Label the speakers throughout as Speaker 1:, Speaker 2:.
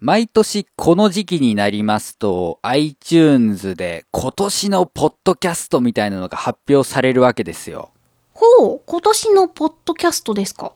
Speaker 1: 毎年この時期になりますと iTunes で今年のポッドキャストみたいなのが発表されるわけですよ。
Speaker 2: ほう、今年のポッドキャストですか。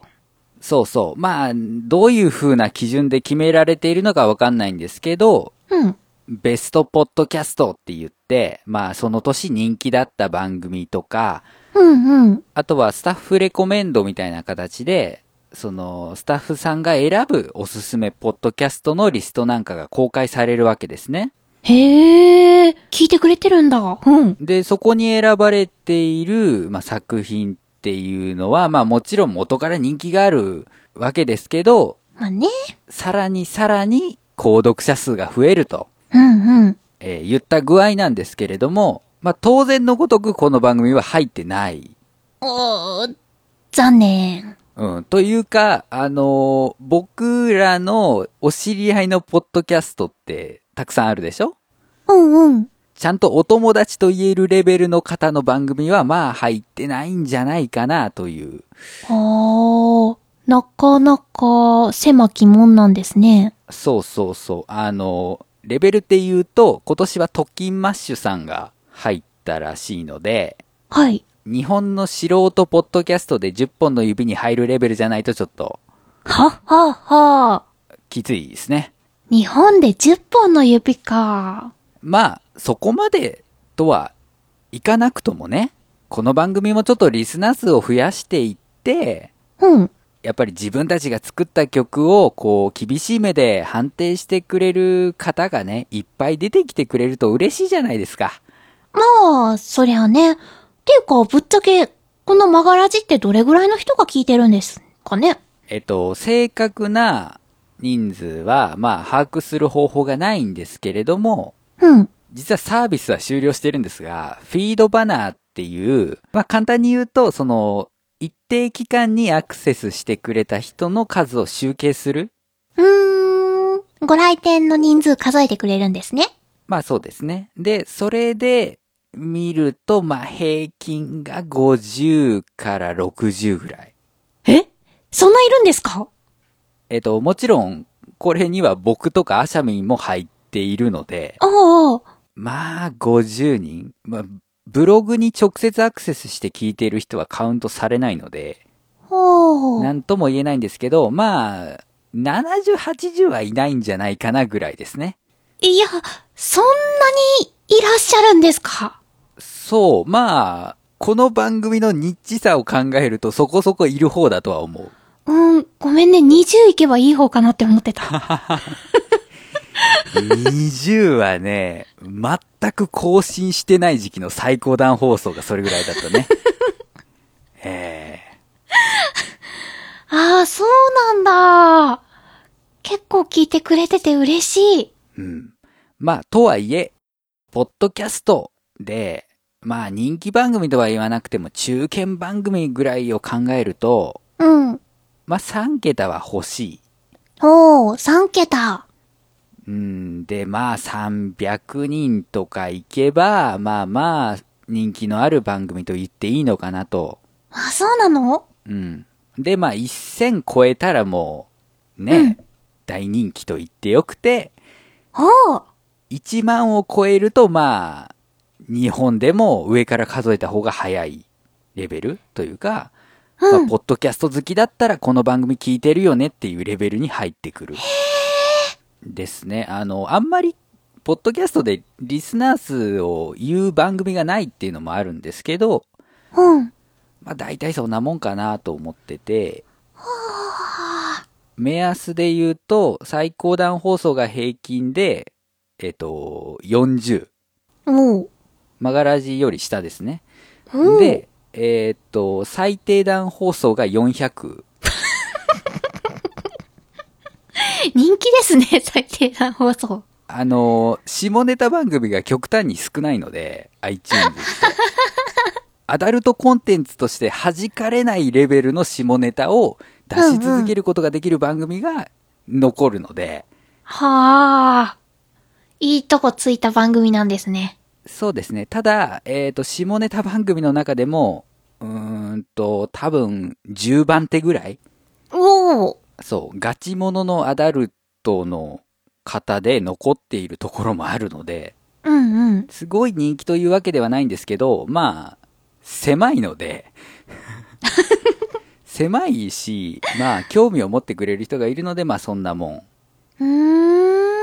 Speaker 1: そうそう。まあ、どういう風な基準で決められているのかわかんないんですけど、
Speaker 2: うん。
Speaker 1: ベストポッドキャストって言って、まあその年人気だった番組とか、
Speaker 2: うんうん。
Speaker 1: あとはスタッフレコメンドみたいな形で、そのスタッフさんが選ぶおすすめポッドキャストのリストなんかが公開されるわけですね。
Speaker 2: へえ、聞いてくれてるんだ。うん。
Speaker 1: で、そこに選ばれている、まあ、作品っていうのは、まあもちろん元から人気があるわけですけど、
Speaker 2: まあね。
Speaker 1: さらにさらに購読者数が増えると、
Speaker 2: うんうん。
Speaker 1: えー言った具合なんですけれども、まあ当然のごとくこの番組は入ってない。
Speaker 2: おー、残念。
Speaker 1: うん。というか、あのー僕らのお知り合いのポッドキャストってたくさんあるでしょ
Speaker 2: うんうん。
Speaker 1: ちゃんとお友達と言えるレベルの方の番組はまあ入ってないんじゃないかなという。
Speaker 2: あー、なかなか狭きもんなんですね。
Speaker 1: そうそうそう。あの、レベルって言うと、今年はトキンマッシュさんが入ったらしいので、
Speaker 2: はい。
Speaker 1: 日本の素人ポッドキャストで10本の指に入るレベルじゃないとちょっと
Speaker 2: はっはっは。
Speaker 1: きついですね。
Speaker 2: 日本で10本の指か。
Speaker 1: まあ、そこまでとはいかなくともね、この番組もちょっとリスナー数を増やしていって、
Speaker 2: うん。
Speaker 1: やっぱり自分たちが作った曲をこう厳しい目で判定してくれる方がね、いっぱい出てきてくれると嬉しいじゃないですか。
Speaker 2: まあ、そりゃね。っていうか、ぶっちゃけ、このマガラジってどれぐらいの人が聞いてるんですかね
Speaker 1: えっと、正確な人数は、まあ、把握する方法がないんですけれども、
Speaker 2: うん。
Speaker 1: 実はサービスは終了してるんですが、フィードバナーっていう、まあ、簡単に言うと、その、一定期間にアクセスしてくれた人の数を集計する。
Speaker 2: うーん。ご来店の人数数えてくれるんですね。
Speaker 1: まあそうですね。で、それで見ると、まあ平均が50から60ぐらい。
Speaker 2: えそんないるんですか
Speaker 1: えっと、もちろん、これには僕とかアシャミンも入っているので、
Speaker 2: ああ、
Speaker 1: まあ、50人。まあ、ブログに直接アクセスして聞いている人はカウントされないので、
Speaker 2: ほ
Speaker 1: なんとも言えないんですけど、まあ、70、80はいないんじゃないかなぐらいですね。
Speaker 2: いや、そんなにいらっしゃるんですか
Speaker 1: そう、まあ、この番組のニッチさを考えるとそこそこいる方だとは思う。
Speaker 2: うん、ごめんね、20行けばいい方かなって思って た。
Speaker 1: 20はね、全く更新してない時期の最高段放送がそれぐらいだったね。ええ
Speaker 2: ああ、そうなんだ。結構聞いてくれてて嬉しい。
Speaker 1: うん。まあ、とはいえ、ポッドキャストで、まあ人気番組とは言わなくても中堅番組ぐらいを考えると、
Speaker 2: うん。
Speaker 1: まあ3桁は欲しい。
Speaker 2: おー、3桁。
Speaker 1: うん、で、まあ、300人とか行けば、まあまあ、人気のある番組と言っていいのかなと。
Speaker 2: あ、そうなの
Speaker 1: うん。で、まあ、1000超えたらもう、ね、
Speaker 2: うん
Speaker 1: 大人気と言ってよくて、
Speaker 2: おー。
Speaker 1: 1万を超えると、まあ、日本でも上から数えた方が早いレベルというか、
Speaker 2: う
Speaker 1: まあ、
Speaker 2: ん。
Speaker 1: ポッドキャスト好きだったらこの番組聞いてるよねっていうレベルに入ってくる。ですね。あの、あんまり、ポッドキャストでリスナー数を言う番組がないっていうのもあるんですけど、
Speaker 2: うん。
Speaker 1: まあ大体そんなもんかなと思ってて、目安で言うと、最高段放送が平均で、えっと、40。
Speaker 2: おー。
Speaker 1: マガラジより下ですね。
Speaker 2: うん、
Speaker 1: で、えーっと、最低段放送が400。
Speaker 2: 人気ですね、最低段放送。
Speaker 1: あの、下ネタ番組が極端に少ないので、iTunes って。アダルトコンテンツとして弾かれないレベルの下ネタを出し続けることができる番組が残るので、
Speaker 2: はあ。いいとこついた番組なんですね。
Speaker 1: そうですね。ただ、えっ、と、下ネタ番組の中でも、うーんと、多分、10番手ぐらい
Speaker 2: おー。
Speaker 1: そう、ガチもののアダルトの方で残っているところもあるので、
Speaker 2: うんうん。
Speaker 1: すごい人気というわけではないんですけど、まあ、狭いので、狭いし、まあ、興味を持ってくれる人がいるので、まあ、そんなもん。
Speaker 2: うーん。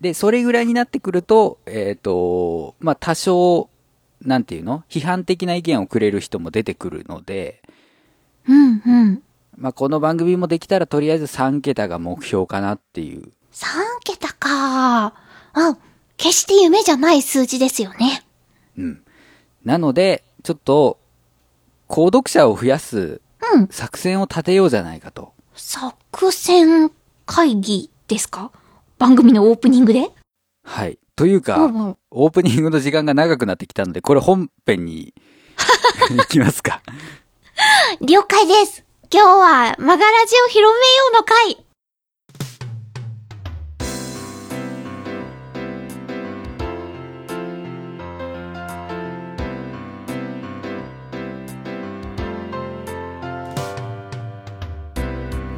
Speaker 1: で、それぐらいになってくると、えっ、と、まあ、多少、なんていうの批判的な意見をくれる人も出てくるので、
Speaker 2: うんうん。
Speaker 1: まあ、この番組もできたらとりあえず3桁が目標かなっていう。
Speaker 2: 3桁か。うん。決して夢じゃない数字ですよね。
Speaker 1: うん。なので、ちょっと、購読者を増やす
Speaker 2: うん。
Speaker 1: 作戦を立てようじゃないかと。
Speaker 2: 作戦会議ですか番組のオープニングで
Speaker 1: はい。という
Speaker 2: う
Speaker 1: か、
Speaker 2: んうん。
Speaker 1: オープニングの時間が長くなってきたので、これ本編 に行きますか。
Speaker 2: 了解です。今日は、マガラジを広めようの会。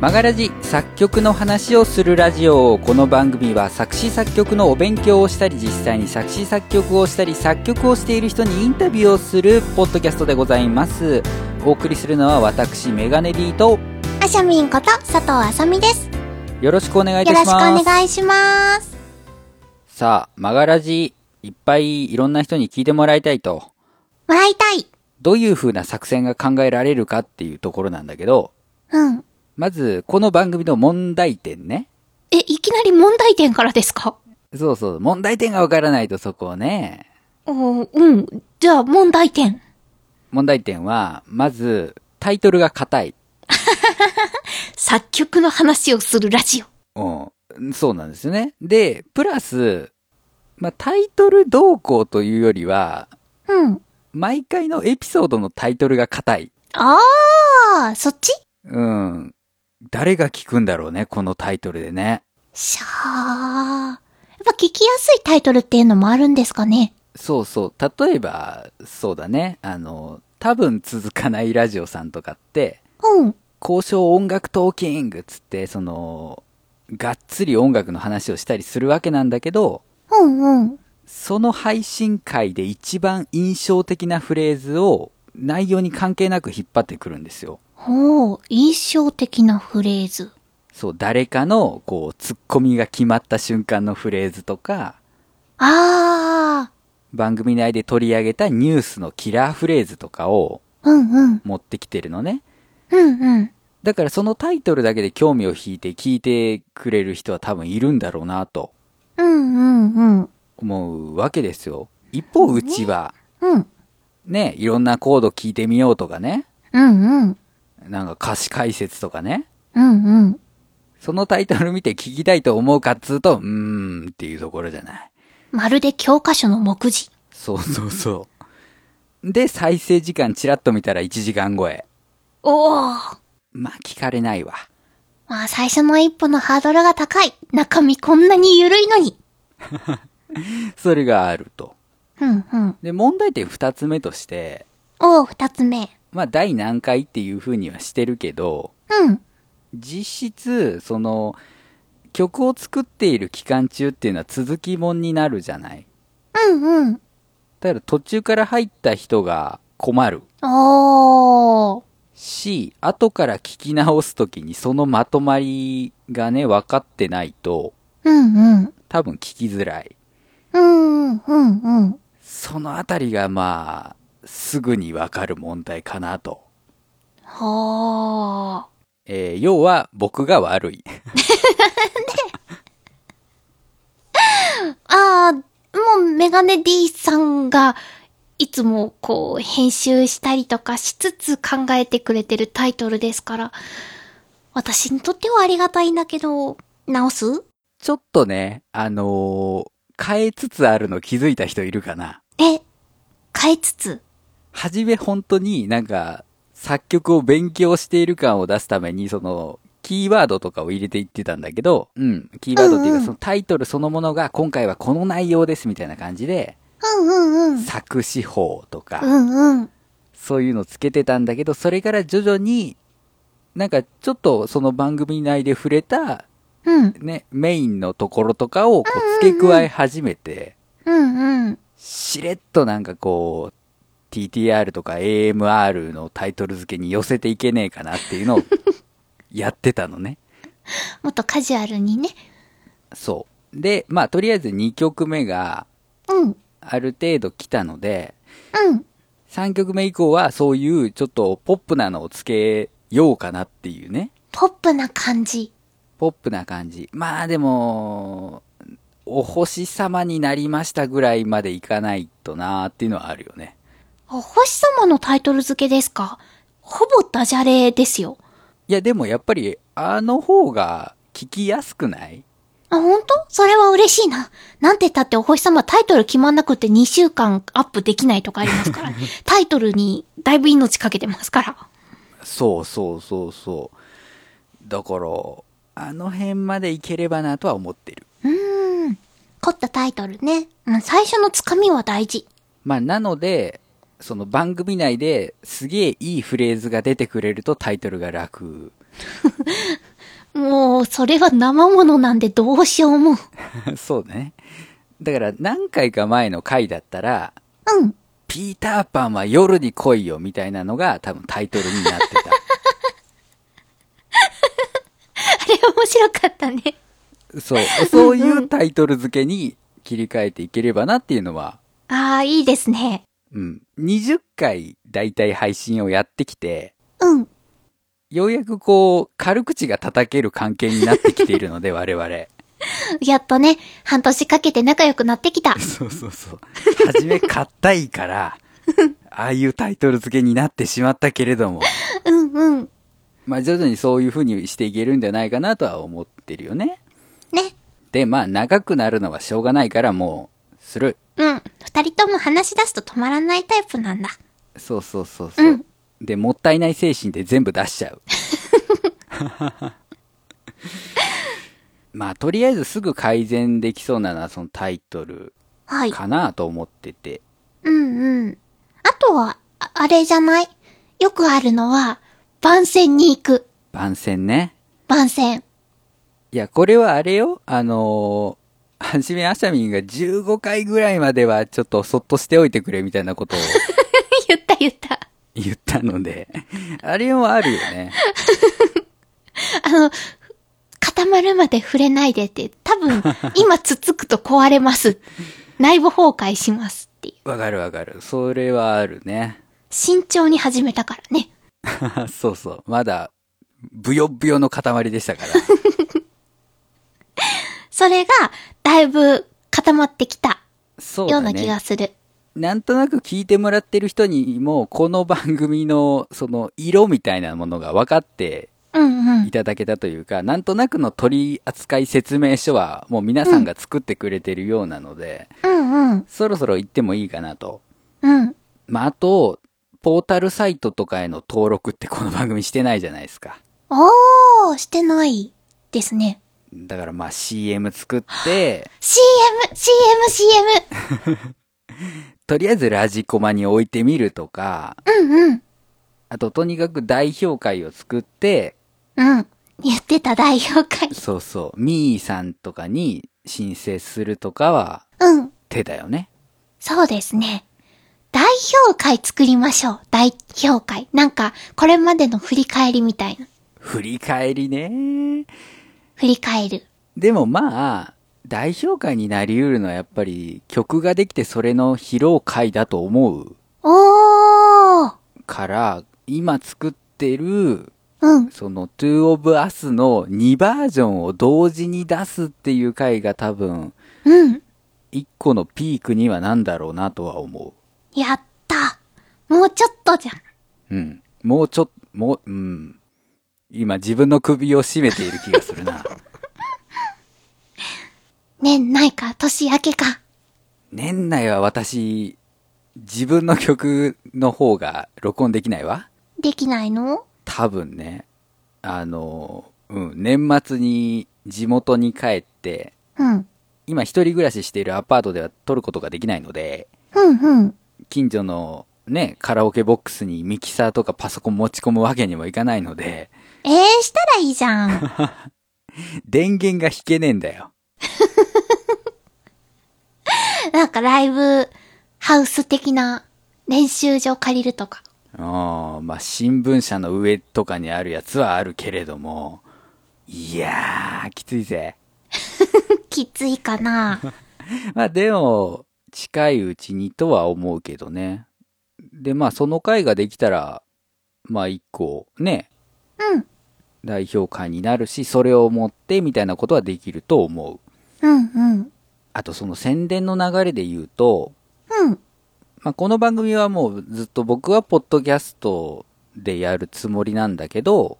Speaker 1: マガラジ作曲の話をするラジオこの番組は作詞作曲のお勉強をしたり実際に作詞作曲をしたり作曲をしている人にインタビューをするポッドキャストでございますお送りするのは私メガネディと
Speaker 2: あしゃみんこと佐藤あさみです。
Speaker 1: よろしくお願いい
Speaker 2: よ
Speaker 1: た
Speaker 2: ろ
Speaker 1: し
Speaker 2: しくお
Speaker 1: ます
Speaker 2: 願いします。
Speaker 1: さあマガラジいっぱいいろんな人に聞いてもらいたいと
Speaker 2: もらいたい。
Speaker 1: どういう風な作戦が考えられるかっていうところなんだけど
Speaker 2: うん。
Speaker 1: まずこの番組の問題点ね
Speaker 2: え、いきなり問題点からですか
Speaker 1: そうそう問題点がわからないとそこをね
Speaker 2: おーうん。じゃあ、問題点。
Speaker 1: 問題点は、まず、タイトルが硬い。
Speaker 2: 作曲の話をするラジオ。
Speaker 1: うん。そうなんですよね。で、プラス、まあ、タイトル動向というよりは、
Speaker 2: うん。
Speaker 1: 毎回のエピソードのタイトルが硬い。
Speaker 2: ああ、そっち
Speaker 1: うん。誰が聞くんだろうね、このタイトルでね。
Speaker 2: しゃー。やっぱ聞きやすいタイトルっていうのもあるんですかね
Speaker 1: そうそう。例えば、そうだね。あの、多分続かないラジオさんとかって、
Speaker 2: うん。
Speaker 1: 交渉音楽トーキングっつって、その、がっつり音楽の話をしたりするわけなんだけど、
Speaker 2: うんうん。
Speaker 1: その配信会で一番印象的なフレーズを内容に関係なく引っ張ってくるんですよ。
Speaker 2: ほう、印象的なフレーズ。
Speaker 1: そう、誰かの、こう、ツッコミが決まった瞬間のフレーズとか、
Speaker 2: あ
Speaker 1: 番組内で取り上げたニュースのキラーフレーズとかを
Speaker 2: ー。うんうん。
Speaker 1: 持ってきてるのね。
Speaker 2: うんうん。
Speaker 1: だからそのタイトルだけで興味を引いて聞いてくれる人は多分いるんだろうなと
Speaker 2: うんうんうん。
Speaker 1: 思うわけですよ。一方、うちは、
Speaker 2: うん。
Speaker 1: ね、いろんなコード聞いてみようとかね、
Speaker 2: うんうん。
Speaker 1: なんか歌詞解説とかね、
Speaker 2: うんうん。
Speaker 1: そのタイトル見て聞きたいと思うかっつうと、うーんっていうところじゃない。
Speaker 2: まるで教科書の目次。
Speaker 1: そうそうそう。で、再生時間チラッと見たら1時間超え。
Speaker 2: おー。
Speaker 1: まあ、聞かれないわ。
Speaker 2: まあ最初の一歩のハードルが高い。中身こんなに緩いのに。
Speaker 1: それがあると。
Speaker 2: うんうん。
Speaker 1: で、問題点2つ目として、
Speaker 2: おー、二つ目。
Speaker 1: まあ、第何回っていう風にはしてるけど、
Speaker 2: うん。
Speaker 1: 実質、その、曲を作っている期間中っていうのは続きもんになるじゃない。
Speaker 2: うんうん。
Speaker 1: だから途中から入った人が困る。
Speaker 2: おー。
Speaker 1: し、後から聞き直すときにそのまとまりがね、分かってないと、
Speaker 2: うんうん。
Speaker 1: 多分聞きづらい。
Speaker 2: うんうんうんうん。
Speaker 1: そのあたりがまあ、すぐに分かる問題かなと。
Speaker 2: はあ。
Speaker 1: えー要は僕が悪い。
Speaker 2: ああ、もうメガネ D さんが、いつもこう、編集したりとかしつつ考えてくれてるタイトルですから、私にとってはありがたいんだけど、直す
Speaker 1: ちょっとね、あのー変えつつあるの気づいた人いるかな。
Speaker 2: え、変えつつ。
Speaker 1: はじめ本当になんか、作曲を勉強している感を出すために、その、キーワードとかを入れていってたんだけど、うん、キーワードっていう
Speaker 2: うんう
Speaker 1: か、
Speaker 2: ん
Speaker 1: そのタイトルそのものが今回はこの内容ですみたいな感じで、
Speaker 2: うんうんうん。
Speaker 1: 作詞法とか、
Speaker 2: うんうん。
Speaker 1: そういうのつけてたんだけど、それから徐々に、なんかちょっとその番組内で触れた
Speaker 2: うん。
Speaker 1: ね、メインのところとかをこう付け加え始めて、
Speaker 2: うんうん。
Speaker 1: しれっとなんかこう、TTR とか AMR のタイトル付けに寄せていけねえかなっていうのをやってたのね。
Speaker 2: もっとカジュアルにね。
Speaker 1: そう。で、まあとりあえず2曲目が
Speaker 2: うん。
Speaker 1: ある程度来たので、
Speaker 2: うん。
Speaker 1: 3曲目以降はそういうちょっとポップなのを付けようかなっていうね。
Speaker 2: ポップな感じ。
Speaker 1: ポップな感じ。まあでも、お星様になりましたぐらいまでいかないとなーっていうのはあるよね。
Speaker 2: お星様のタイトル付けですかほぼダジャレですよ。
Speaker 1: いやでもやっぱりあの方が聞きやすくない
Speaker 2: あ、本当？それは嬉しいな。なんて言ったってお星様タイトル決まんなくて2週間アップできないとかあります から。タイトルにだいぶ命かけてますから。
Speaker 1: そうそうそうそう。だから、あの辺までいければなとは思ってる。
Speaker 2: うーん。凝ったタイトルね。うん、最初のつかみは大事。
Speaker 1: まあなので、その番組内ですげえいいフレーズが出てくれるとタイトルが楽。
Speaker 2: もう、それは生ものなんでどうしよ うも。
Speaker 1: そうね。だから何回か前の回だったら、
Speaker 2: うん。
Speaker 1: ピーターパンは夜に来いよみたいなのが多分タイトルになって
Speaker 2: あれ面白かったね。
Speaker 1: た。そう。そういうタイトル付けに切り替えていければなっていうのは、
Speaker 2: ああ、いいですね。
Speaker 1: うん。20回だいたい配信をやってきて、
Speaker 2: うん。
Speaker 1: ようやくこう、軽口が叩ける関係になってきているので、我々。
Speaker 2: やっとね、半年かけて仲良くなってきた。
Speaker 1: そうそうそう。初め硬いから、ああいうタイトル付けになってしまったけれども、
Speaker 2: うんうん。
Speaker 1: まあ徐々にそういう風にしていけるんじゃないかなとは思ってるよね。
Speaker 2: ね。
Speaker 1: で、まあ長くなるのはしょうがないからもう、する。
Speaker 2: うん。二人とも話し出すと止まらないタイプなんだ。
Speaker 1: そうそうそうそう。
Speaker 2: うん
Speaker 1: で、もったいない精神で全部出しちゃ う。まあとりあえずすぐ改善できそうなのはそのタイトル
Speaker 2: はい。
Speaker 1: かなと思ってて。
Speaker 2: うんうん。あとは、ああれじゃないよくあるのは、番宣に行く。
Speaker 1: 番宣ね。
Speaker 2: 番宣。
Speaker 1: いや、これはあれよ。あのーはじめあしゃみんが15回ぐらいまではちょっとそっとしておいてくれみたいな ことを
Speaker 2: 言った言った。
Speaker 1: 言ったので、あれもあるよね。
Speaker 2: あの、固まるまで触れないでって、多 分、今つつくと壊れます。内部崩壊しますっていう。
Speaker 1: わかるわかる。それはあるね。
Speaker 2: 慎重に始めたからね。
Speaker 1: そうそう。まだ、ぶよぶよの塊でした から。
Speaker 2: それが、だいぶ固まってきた
Speaker 1: そう
Speaker 2: よう
Speaker 1: だ
Speaker 2: な気
Speaker 1: ね
Speaker 2: が。する。
Speaker 1: なんとなく聞いてもらってる人にも、この番組の、その、色みたいなものが分かって
Speaker 2: うんうん
Speaker 1: い。ただけたというか、なんとなくの取扱説明書は、もう皆さんが作ってくれてるようなので、
Speaker 2: うんうん。
Speaker 1: そろそろ行ってもいいかなと。
Speaker 2: うん。
Speaker 1: まあ、あと、ポータルサイトとかへの登録ってこの番組してないじゃないですか。
Speaker 2: おー、してないですね。
Speaker 1: だからまあ CM 作 って、
Speaker 2: CM、CM、CM。
Speaker 1: とりあえずラジコマに置いてみるとか、
Speaker 2: うんうん。
Speaker 1: あととにかく代表会を作って、
Speaker 2: うん。言ってた代表会。
Speaker 1: そうそう、ミーさんとかに申請するとかは
Speaker 2: うん。
Speaker 1: 手だよね。
Speaker 2: そうですね。代表会作りましょう。代表会。なんか、これまでの振り返りみたいな。
Speaker 1: 振り返りね。
Speaker 2: 振り返る。
Speaker 1: でもまあ、代表会になり得るのはやっぱり曲ができてそれの披露会だと思う
Speaker 2: おー。
Speaker 1: から、今作ってる
Speaker 2: うん。
Speaker 1: その To of Us の2バージョンを同時に出すっていう回が多分
Speaker 2: うん。
Speaker 1: 1個のピークにはなんだろうなとは思
Speaker 2: やった。もうちょっとじゃん。
Speaker 1: う。うん。もうちょっと、もう、うん。今自分の首を絞めている気がするな。
Speaker 2: 年内か、年明けか。
Speaker 1: 年内は私、自分の曲の方が録音できないわ。
Speaker 2: できないの
Speaker 1: 多分ね。あの、うん。年末に地元に帰って、
Speaker 2: うん。
Speaker 1: 今一人暮らししているアパートでは撮ることができないので、
Speaker 2: うん うん。
Speaker 1: 近所のね、カラオケボックスにミキサーとかパソコン持ち込むわけにもいかないので、
Speaker 2: ええー、したらいいじゃん。
Speaker 1: 電源が引けねえんだよ。
Speaker 2: なんかライブ、ハウス的な練習場借りるとか。
Speaker 1: うん、まあ、新聞社の上とかにあるやつはあるけれども、いやー、きついぜ。
Speaker 2: きついかな
Speaker 1: まあ、でも、近いうちにとは思うけどね。で、まあ、その回ができたら、まあ、一個、ね、
Speaker 2: うん。
Speaker 1: 代表会になるし、それを持って、みたいなことはできると思う。
Speaker 2: うんうん。
Speaker 1: あと、その宣伝の流れで言うと、
Speaker 2: うん。
Speaker 1: まあ、この番組はもうずっと僕はポッドキャストでやるつもりなんだけど、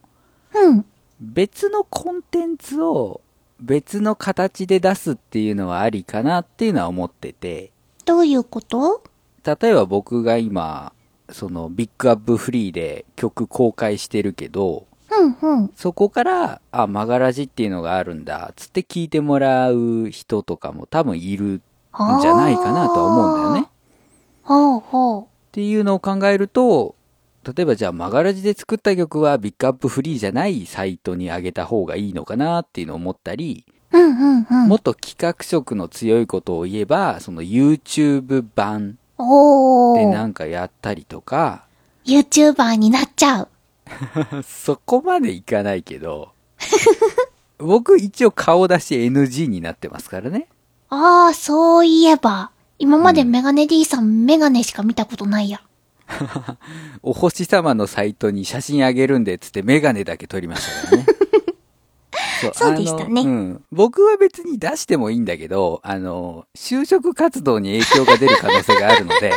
Speaker 2: うん。
Speaker 1: 別のコンテンツを別の形で出すっていうのはありかなっていうのは思ってて、
Speaker 2: どういうこと
Speaker 1: 例えば僕が今、そのビッグアップフリーで曲公開してるけど、
Speaker 2: うんうん。
Speaker 1: そこから、あ、マガラジっていうのがあるんだ、つって聞いてもらう人とかも多分いるんじ
Speaker 2: あー
Speaker 1: ゃないかなとは思うんだよね。
Speaker 2: ほうほ
Speaker 1: っていうのを考えると例えばじゃあマガラジで作った曲はビッグアップフリーじゃないサイトに上げた方がいいのかなっていうのを思ったり、
Speaker 2: う。うんうんうん。
Speaker 1: もっと企画色の強いことを言えばその YouTube 版
Speaker 2: お
Speaker 1: で
Speaker 2: ー
Speaker 1: な。んかやったりとか
Speaker 2: YouTuber になっちゃう。
Speaker 1: そこまでいかないけど 僕一応顔出して NG になってますからね
Speaker 2: ああ、そういえば。今までメガネ D さんメガネしか見たことないや。
Speaker 1: お星様のサイトに写真あげるんでっつってメガネだけ撮りました からね。そ
Speaker 2: そうでしたね
Speaker 1: あのうん。僕は別に出してもいいんだけど、あの、就職活動に影響が出る可能性があるの で、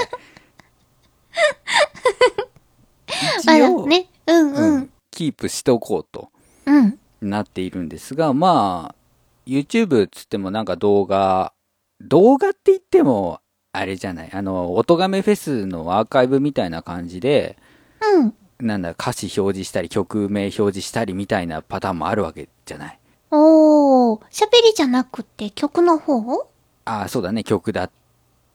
Speaker 2: あ
Speaker 1: 一
Speaker 2: ら、
Speaker 1: 応、
Speaker 2: ね。うんう
Speaker 1: うんん。、キープしとこうと
Speaker 2: うん。
Speaker 1: なっているんですが、まあ、YouTube っつってもなんか動画、動画って言っても、あれじゃない、あの、音亀フェスのアーカイブみたいな感じで、
Speaker 2: うん。
Speaker 1: なんだ、歌詞表示したり、曲名表示したりみたいなパターンもあるわけじゃない。
Speaker 2: おー。喋りじゃなくて曲の方
Speaker 1: ああ、そうだね、曲だっ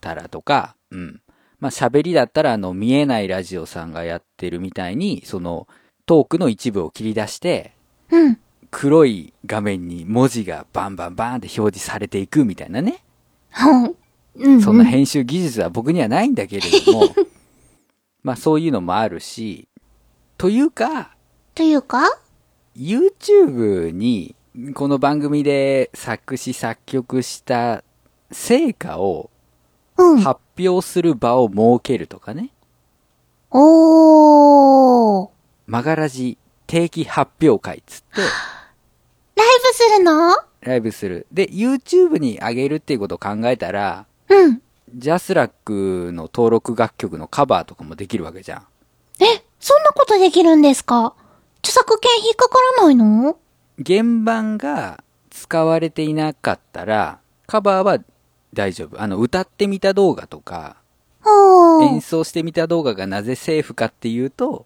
Speaker 1: たらとか、うん。まあ、喋りだったら、あの、見えないラジオさんがやってるみたいに、その、トークの一部を切り出して、
Speaker 2: うん。
Speaker 1: 黒い画面に文字がバンバンバンって表示されていくみたいなね。
Speaker 2: うん。うん。
Speaker 1: そんな編集技術は僕にはないんだけれども、 まあ、そういうのもあるし、というか、
Speaker 2: というか
Speaker 1: YouTube にこの番組で作詞作曲した成果を
Speaker 2: うん。
Speaker 1: 発表する場を設けるとかね。
Speaker 2: おー。
Speaker 1: マガラジ定期発表会っつって
Speaker 2: ライブするの
Speaker 1: ライブする。で、YouTube に上げるっていうことを考えたら、
Speaker 2: うん。
Speaker 1: ジャスラックの登録楽曲のカバーとかもできるわけじゃん。
Speaker 2: え、そんなことできるんですか著作権引っかからないの
Speaker 1: 原版が使われていなかったら、カバーは大丈夫。あの、歌ってみた動画とか、
Speaker 2: お
Speaker 1: 演
Speaker 2: ー。
Speaker 1: 奏してみた動画がなぜセーフかっていうと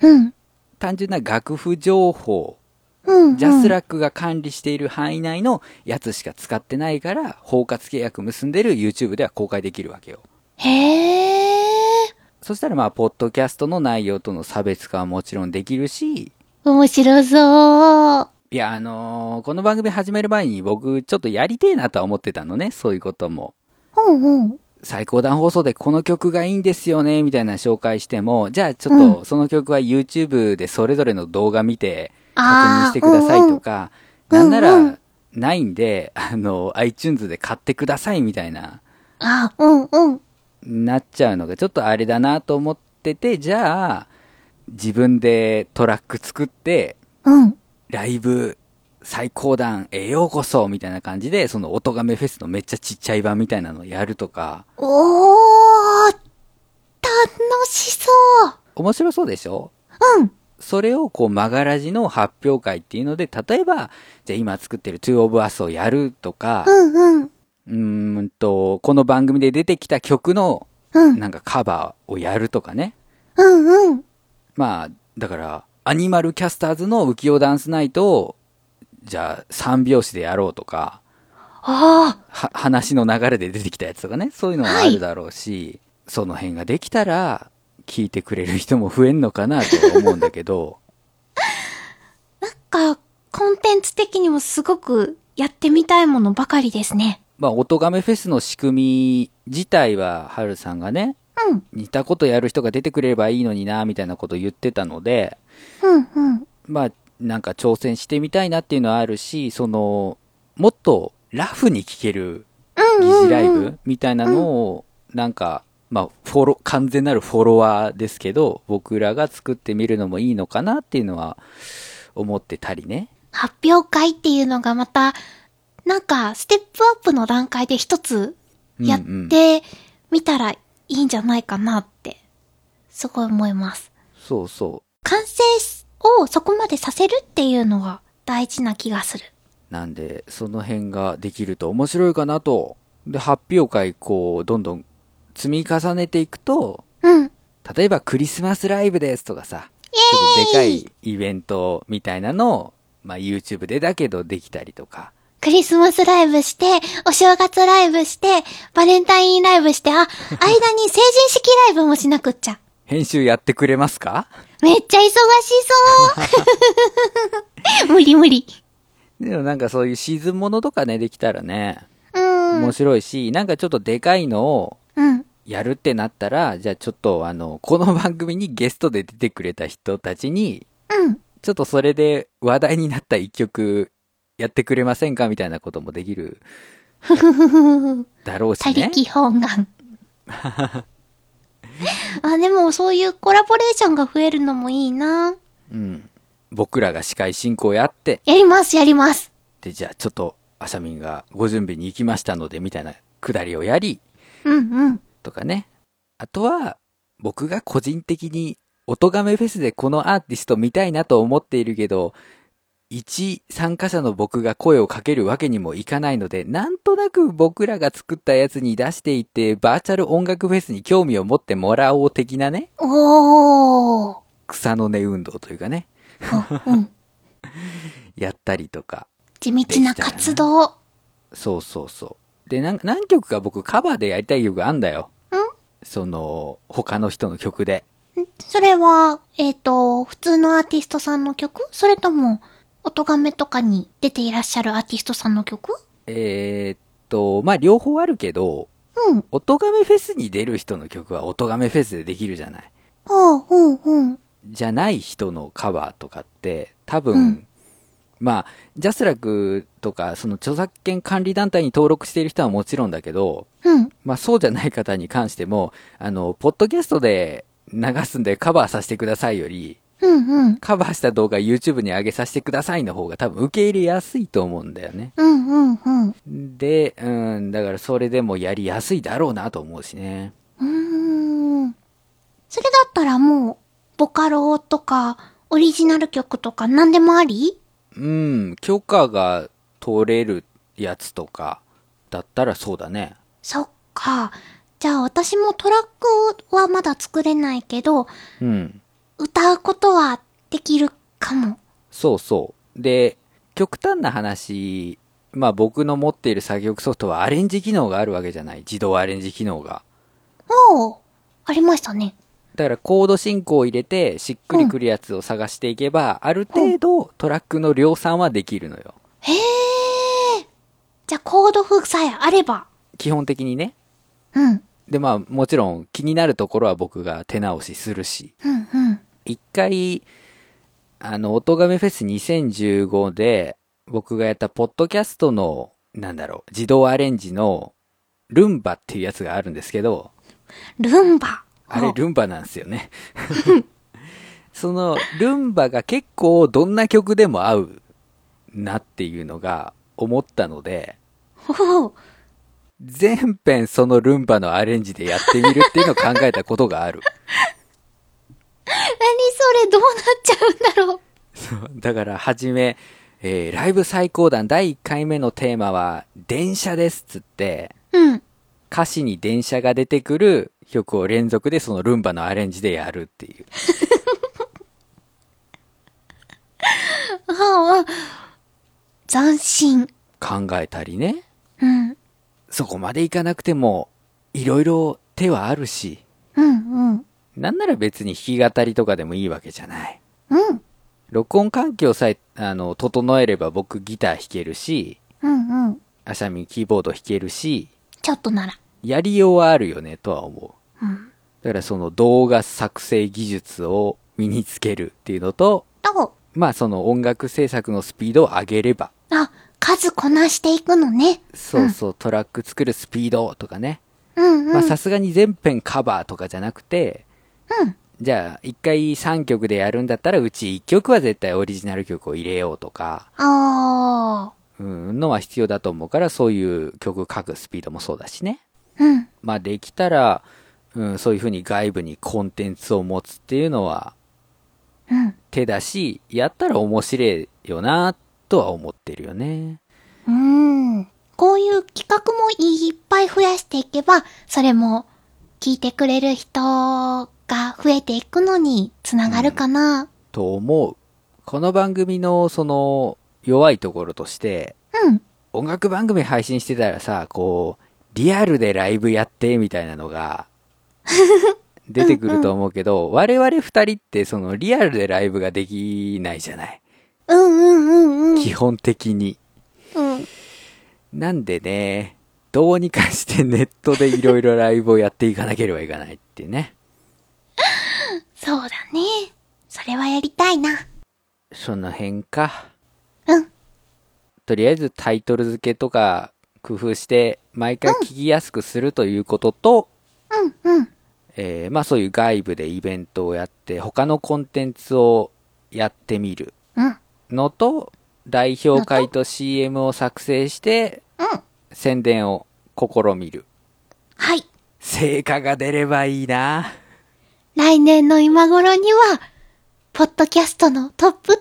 Speaker 2: うん。
Speaker 1: 単純な楽譜情報
Speaker 2: うん。
Speaker 1: ジャスラ
Speaker 2: ッ
Speaker 1: ックが管理している範囲内のやつしか使ってないから包括契約結んでる YouTube では公開できるわけよ
Speaker 2: ク。へー。
Speaker 1: そしたらまあポッドキャストの内容との差別化はもちろんできるし
Speaker 2: 面白そう。
Speaker 1: いやあのーこの番組始める前に僕ちょっとやりてえなとは思ってたのねそういうことも
Speaker 2: うんうん。
Speaker 1: 最高段放送でこの曲がいいんですよねみたいな紹介してもじゃあちょっとその曲は YouTube でそれぞれの動画見て確認してくださいとか、
Speaker 2: うんうん
Speaker 1: なん
Speaker 2: う
Speaker 1: なん
Speaker 2: う
Speaker 1: らないんで、あの、iTunes で買ってくださいみたいな、
Speaker 2: あー、うんうん。
Speaker 1: なっちゃうのがちょっとあれだなと思ってて、じゃあ、自分でトラック作って、
Speaker 2: うん。
Speaker 1: ライブ最高段へようこそみたいな感じで、その音亀フェスのめっちゃちっちゃい版みたいなのやるとか、
Speaker 2: おー。楽しそう。
Speaker 1: 面白そうでしょ
Speaker 2: うん。
Speaker 1: それをこう、マガラジの発表会っていうので、例えば、じゃあ今作ってる Two of Us をやるとか、
Speaker 2: うんうん。
Speaker 1: うーんと、この番組で出てきた曲の
Speaker 2: うん。
Speaker 1: なんかカバーをやるとかね。
Speaker 2: うんうん。
Speaker 1: まあ、だから、アニマルキャスターズの浮世ダンスナイトを、じゃあ三拍子でやろうとか、
Speaker 2: あ
Speaker 1: は話の流れで出てきたやつとかね、そういうのはあるだろうし、その辺ができたら、聞いてくれる人も増えんのかなとは思うんだけど、
Speaker 2: あ。か、コンテンツ的にもすごくやってみたいものばかりですね。
Speaker 1: まあ、おとがめフェスの仕組み自体は、はるさんがね、
Speaker 2: うん、
Speaker 1: 似たことやる人が出てくれればいいのにな、みたいなこと言ってたので、
Speaker 2: うん、うん。
Speaker 1: まあ、なんか挑戦してみたいなっていうのはあるし、その、もっとラフに聴ける
Speaker 2: う
Speaker 1: 疑
Speaker 2: んうん、うん。
Speaker 1: 似ライブみたいなのを、なんか、まあ、フォロー、完全なるフォロワーですけど、僕らが作ってみるのもいいのかなっていうのは思ってたりね。
Speaker 2: 発表会っていうのがまた、なんか、ステップアップの段階で一つやっ
Speaker 1: うんうん
Speaker 2: てみたらいいんじゃないかなって、すごい思います。
Speaker 1: そうそ
Speaker 2: 完成をそこまでさせるっていうのは大事な気がする。
Speaker 1: う。なんで、その辺ができると面白いかなと。で、発表会、こう、どんどん積み重ねていくと、
Speaker 2: うん。
Speaker 1: 例えばクリスマスライブですとかさ、ちょっとでかいイベントみたいなのを、まあ YouTube でだけどできたりとか。
Speaker 2: クリスマスライブして、お正月ライブして、バレンタインライブして、あ、間に成人式ライブもしなくっちゃ。
Speaker 1: 編集やってくれますか
Speaker 2: めっちゃ忙しそう。無理無理。
Speaker 1: でもなんかそういうシーズンものとかね、できたらね、
Speaker 2: うん。う
Speaker 1: 面白いし、なんかちょっとでかいのを
Speaker 2: ん。
Speaker 1: やるってなったら、じゃあちょっとあの、この番組にゲストで出てくれた人たちに、
Speaker 2: うん。
Speaker 1: ちょっとそれで話題になった一曲やってくれませんかみたいなこともできる
Speaker 2: ふふふふふ。
Speaker 1: だろうし
Speaker 2: 他
Speaker 1: ね。
Speaker 2: 力本願。 あ、でもそういうコラボレーションが増えるのもいいな。
Speaker 1: うん。僕らが司会進行やって、
Speaker 2: やります、やります。
Speaker 1: で、じゃあちょっと、あさみんがご準備に行きましたので、みたいなくだりをやり、
Speaker 2: うんうん。
Speaker 1: とかね。あとは、僕が個人的に、おとがめフェスでこのアーティスト見たいなと思っているけど、一参加者の僕が声をかけるわけにもいかないので、なんとなく僕らが作ったやつに出していって、バーチャル音楽フェスに興味を持ってもらおう的なね、
Speaker 2: おー。
Speaker 1: 草の根運動というかね、
Speaker 2: おうん。
Speaker 1: やったりとか。
Speaker 2: 地道な活動。
Speaker 1: そうそうそう。で、なん何曲か僕カバーでやりたい曲あんだよ。その、他の人の曲で。
Speaker 2: それは、えっ、と、普通のアーティストさんの曲それとも、おとがめとかに出ていらっしゃるアーティストさんの曲
Speaker 1: えーっと、まあ、両方あるけど、
Speaker 2: うん。
Speaker 1: おとがめフェスに出る人の曲はおとがめフェスでできるじゃない。
Speaker 2: ああ、うん、うん。
Speaker 1: じゃない人のカバーとかって、多分、
Speaker 2: うん
Speaker 1: まあ、ジャスラックとか、その著作権管理団体に登録している人はもちろんだけど、
Speaker 2: うん。
Speaker 1: まあそうじゃない方に関しても、あの、ポッドキャストで流すんでカバーさせてくださいより、
Speaker 2: うん、うん。
Speaker 1: カバーした動画 YouTube に上げさせてくださいの方が多分受け入れやすいと思うんだよね。
Speaker 2: うん、うん、うん。
Speaker 1: で、うん、だからそれでもやりやすいだろうなと思うしね。
Speaker 2: うーん。それだったらもう、ボカロとか、オリジナル曲とか何でもあり
Speaker 1: うん、許可が取れるやつとかだったらそうだね。
Speaker 2: そっか。じゃあ私もトラックはまだ作れないけど、
Speaker 1: うん、
Speaker 2: 歌うことはできるかも。
Speaker 1: そうそう。で、極端な話、まあ僕の持っている作曲ソフトはアレンジ機能があるわけじゃない。自動アレンジ機能が。
Speaker 2: おーありましたね。
Speaker 1: だからコード進行を入れてしっくりくるやつを探していけば、ある程度トラックの量産はできるのよ。
Speaker 2: へえ。じゃあコード譜さえあれば。
Speaker 1: 基本的にね。
Speaker 2: うん。
Speaker 1: でまあもちろん気になるところは僕が手直しするし。
Speaker 2: うんうん。
Speaker 1: 一回、あの、音亀フェス2015で僕がやったポッドキャストの、なんだろう、自動アレンジのルンバっていうやつがあるんですけど、
Speaker 2: ルンバ。
Speaker 1: あれ
Speaker 2: ン
Speaker 1: ルンバなんですよね。 そのルンバが結構どんな曲でも合うなっていうのが思ったので、
Speaker 2: ほう。
Speaker 1: 全編そのルンバのアレンジでやってみるっていうのを考えたことがある。
Speaker 2: 何それどうなっちゃうんだろう。
Speaker 1: そう だから、はじめ、えーライブ最高段第1回目のテーマは、電車ですっつって、
Speaker 2: うん。
Speaker 1: 歌詞に電車が出てくる曲を連続でそのルンバのアレンジでやるっていう。
Speaker 2: ああ。斬新。
Speaker 1: 考えたりね。
Speaker 2: うん。
Speaker 1: そこまでいかなくても、いろいろ手はあるし、
Speaker 2: うんうん。
Speaker 1: なんなら別に弾き語りとかでもいいわけじゃない。
Speaker 2: うん。
Speaker 1: 録音環境さえ、あの、整えれば僕ギター弾けるし、
Speaker 2: うんうん。
Speaker 1: あしゃみキーボード弾けるし、
Speaker 2: ちょっとなら。
Speaker 1: やりようはあるよねとは思う。
Speaker 2: うん。
Speaker 1: だからその動画作成技術を身につけるっていうのと、
Speaker 2: と、
Speaker 1: まあその音楽制作のスピードを上げれば、
Speaker 2: あ、数こなしていくのね。
Speaker 1: そうそう、トラック作るスピードとかね。
Speaker 2: うんうん。
Speaker 1: まあさすがに全編カバーとかじゃなくて、
Speaker 2: うん。
Speaker 1: じゃあ一回3曲でやるんだったらうち1曲は絶対オリジナル曲を入れようとか、
Speaker 2: あ
Speaker 1: うん、のは必要だと思うからそういう曲書くスピードもそうだしね。
Speaker 2: ー。うん。
Speaker 1: まあできたら、うん、そういうふうに外部にコンテンツを持つっていうのは
Speaker 2: うん。
Speaker 1: 手だし、やったら面白いよな、とは思ってるよね。
Speaker 2: うん。こういう企画もいっぱい増やしていけば、それも聞いてくれる人が増えていくのにつながるかな。
Speaker 1: と思う。この番組のその弱いところとして、
Speaker 2: うん。
Speaker 1: 音楽番組配信してたらさ、こう、リアルでライブやって、みたいなの が、出てくると思うけど、我々二人ってそのリアルでライブができないじゃない。
Speaker 2: うんうんうんうん。
Speaker 1: 基本的に。
Speaker 2: うん。
Speaker 1: なんでね、どうにかしてネットでいろいろライブをやっていかなければいけないっていうね。
Speaker 2: そうだね。それはやりたいな。
Speaker 1: その辺か。
Speaker 2: うん。
Speaker 1: とりあえずタイトル付けとか工夫して、毎回聞きやすくするということと、
Speaker 2: うんうん。
Speaker 1: えーまあそういう外部でイベントをやって、他のコンテンツをやってみる
Speaker 2: うん。
Speaker 1: のと、代表会と CM を作成して、
Speaker 2: うん。
Speaker 1: 宣伝を試みる。
Speaker 2: はい。
Speaker 1: 成果が出ればいいな。
Speaker 2: 来年の今頃には、ポッドキャストのトップ10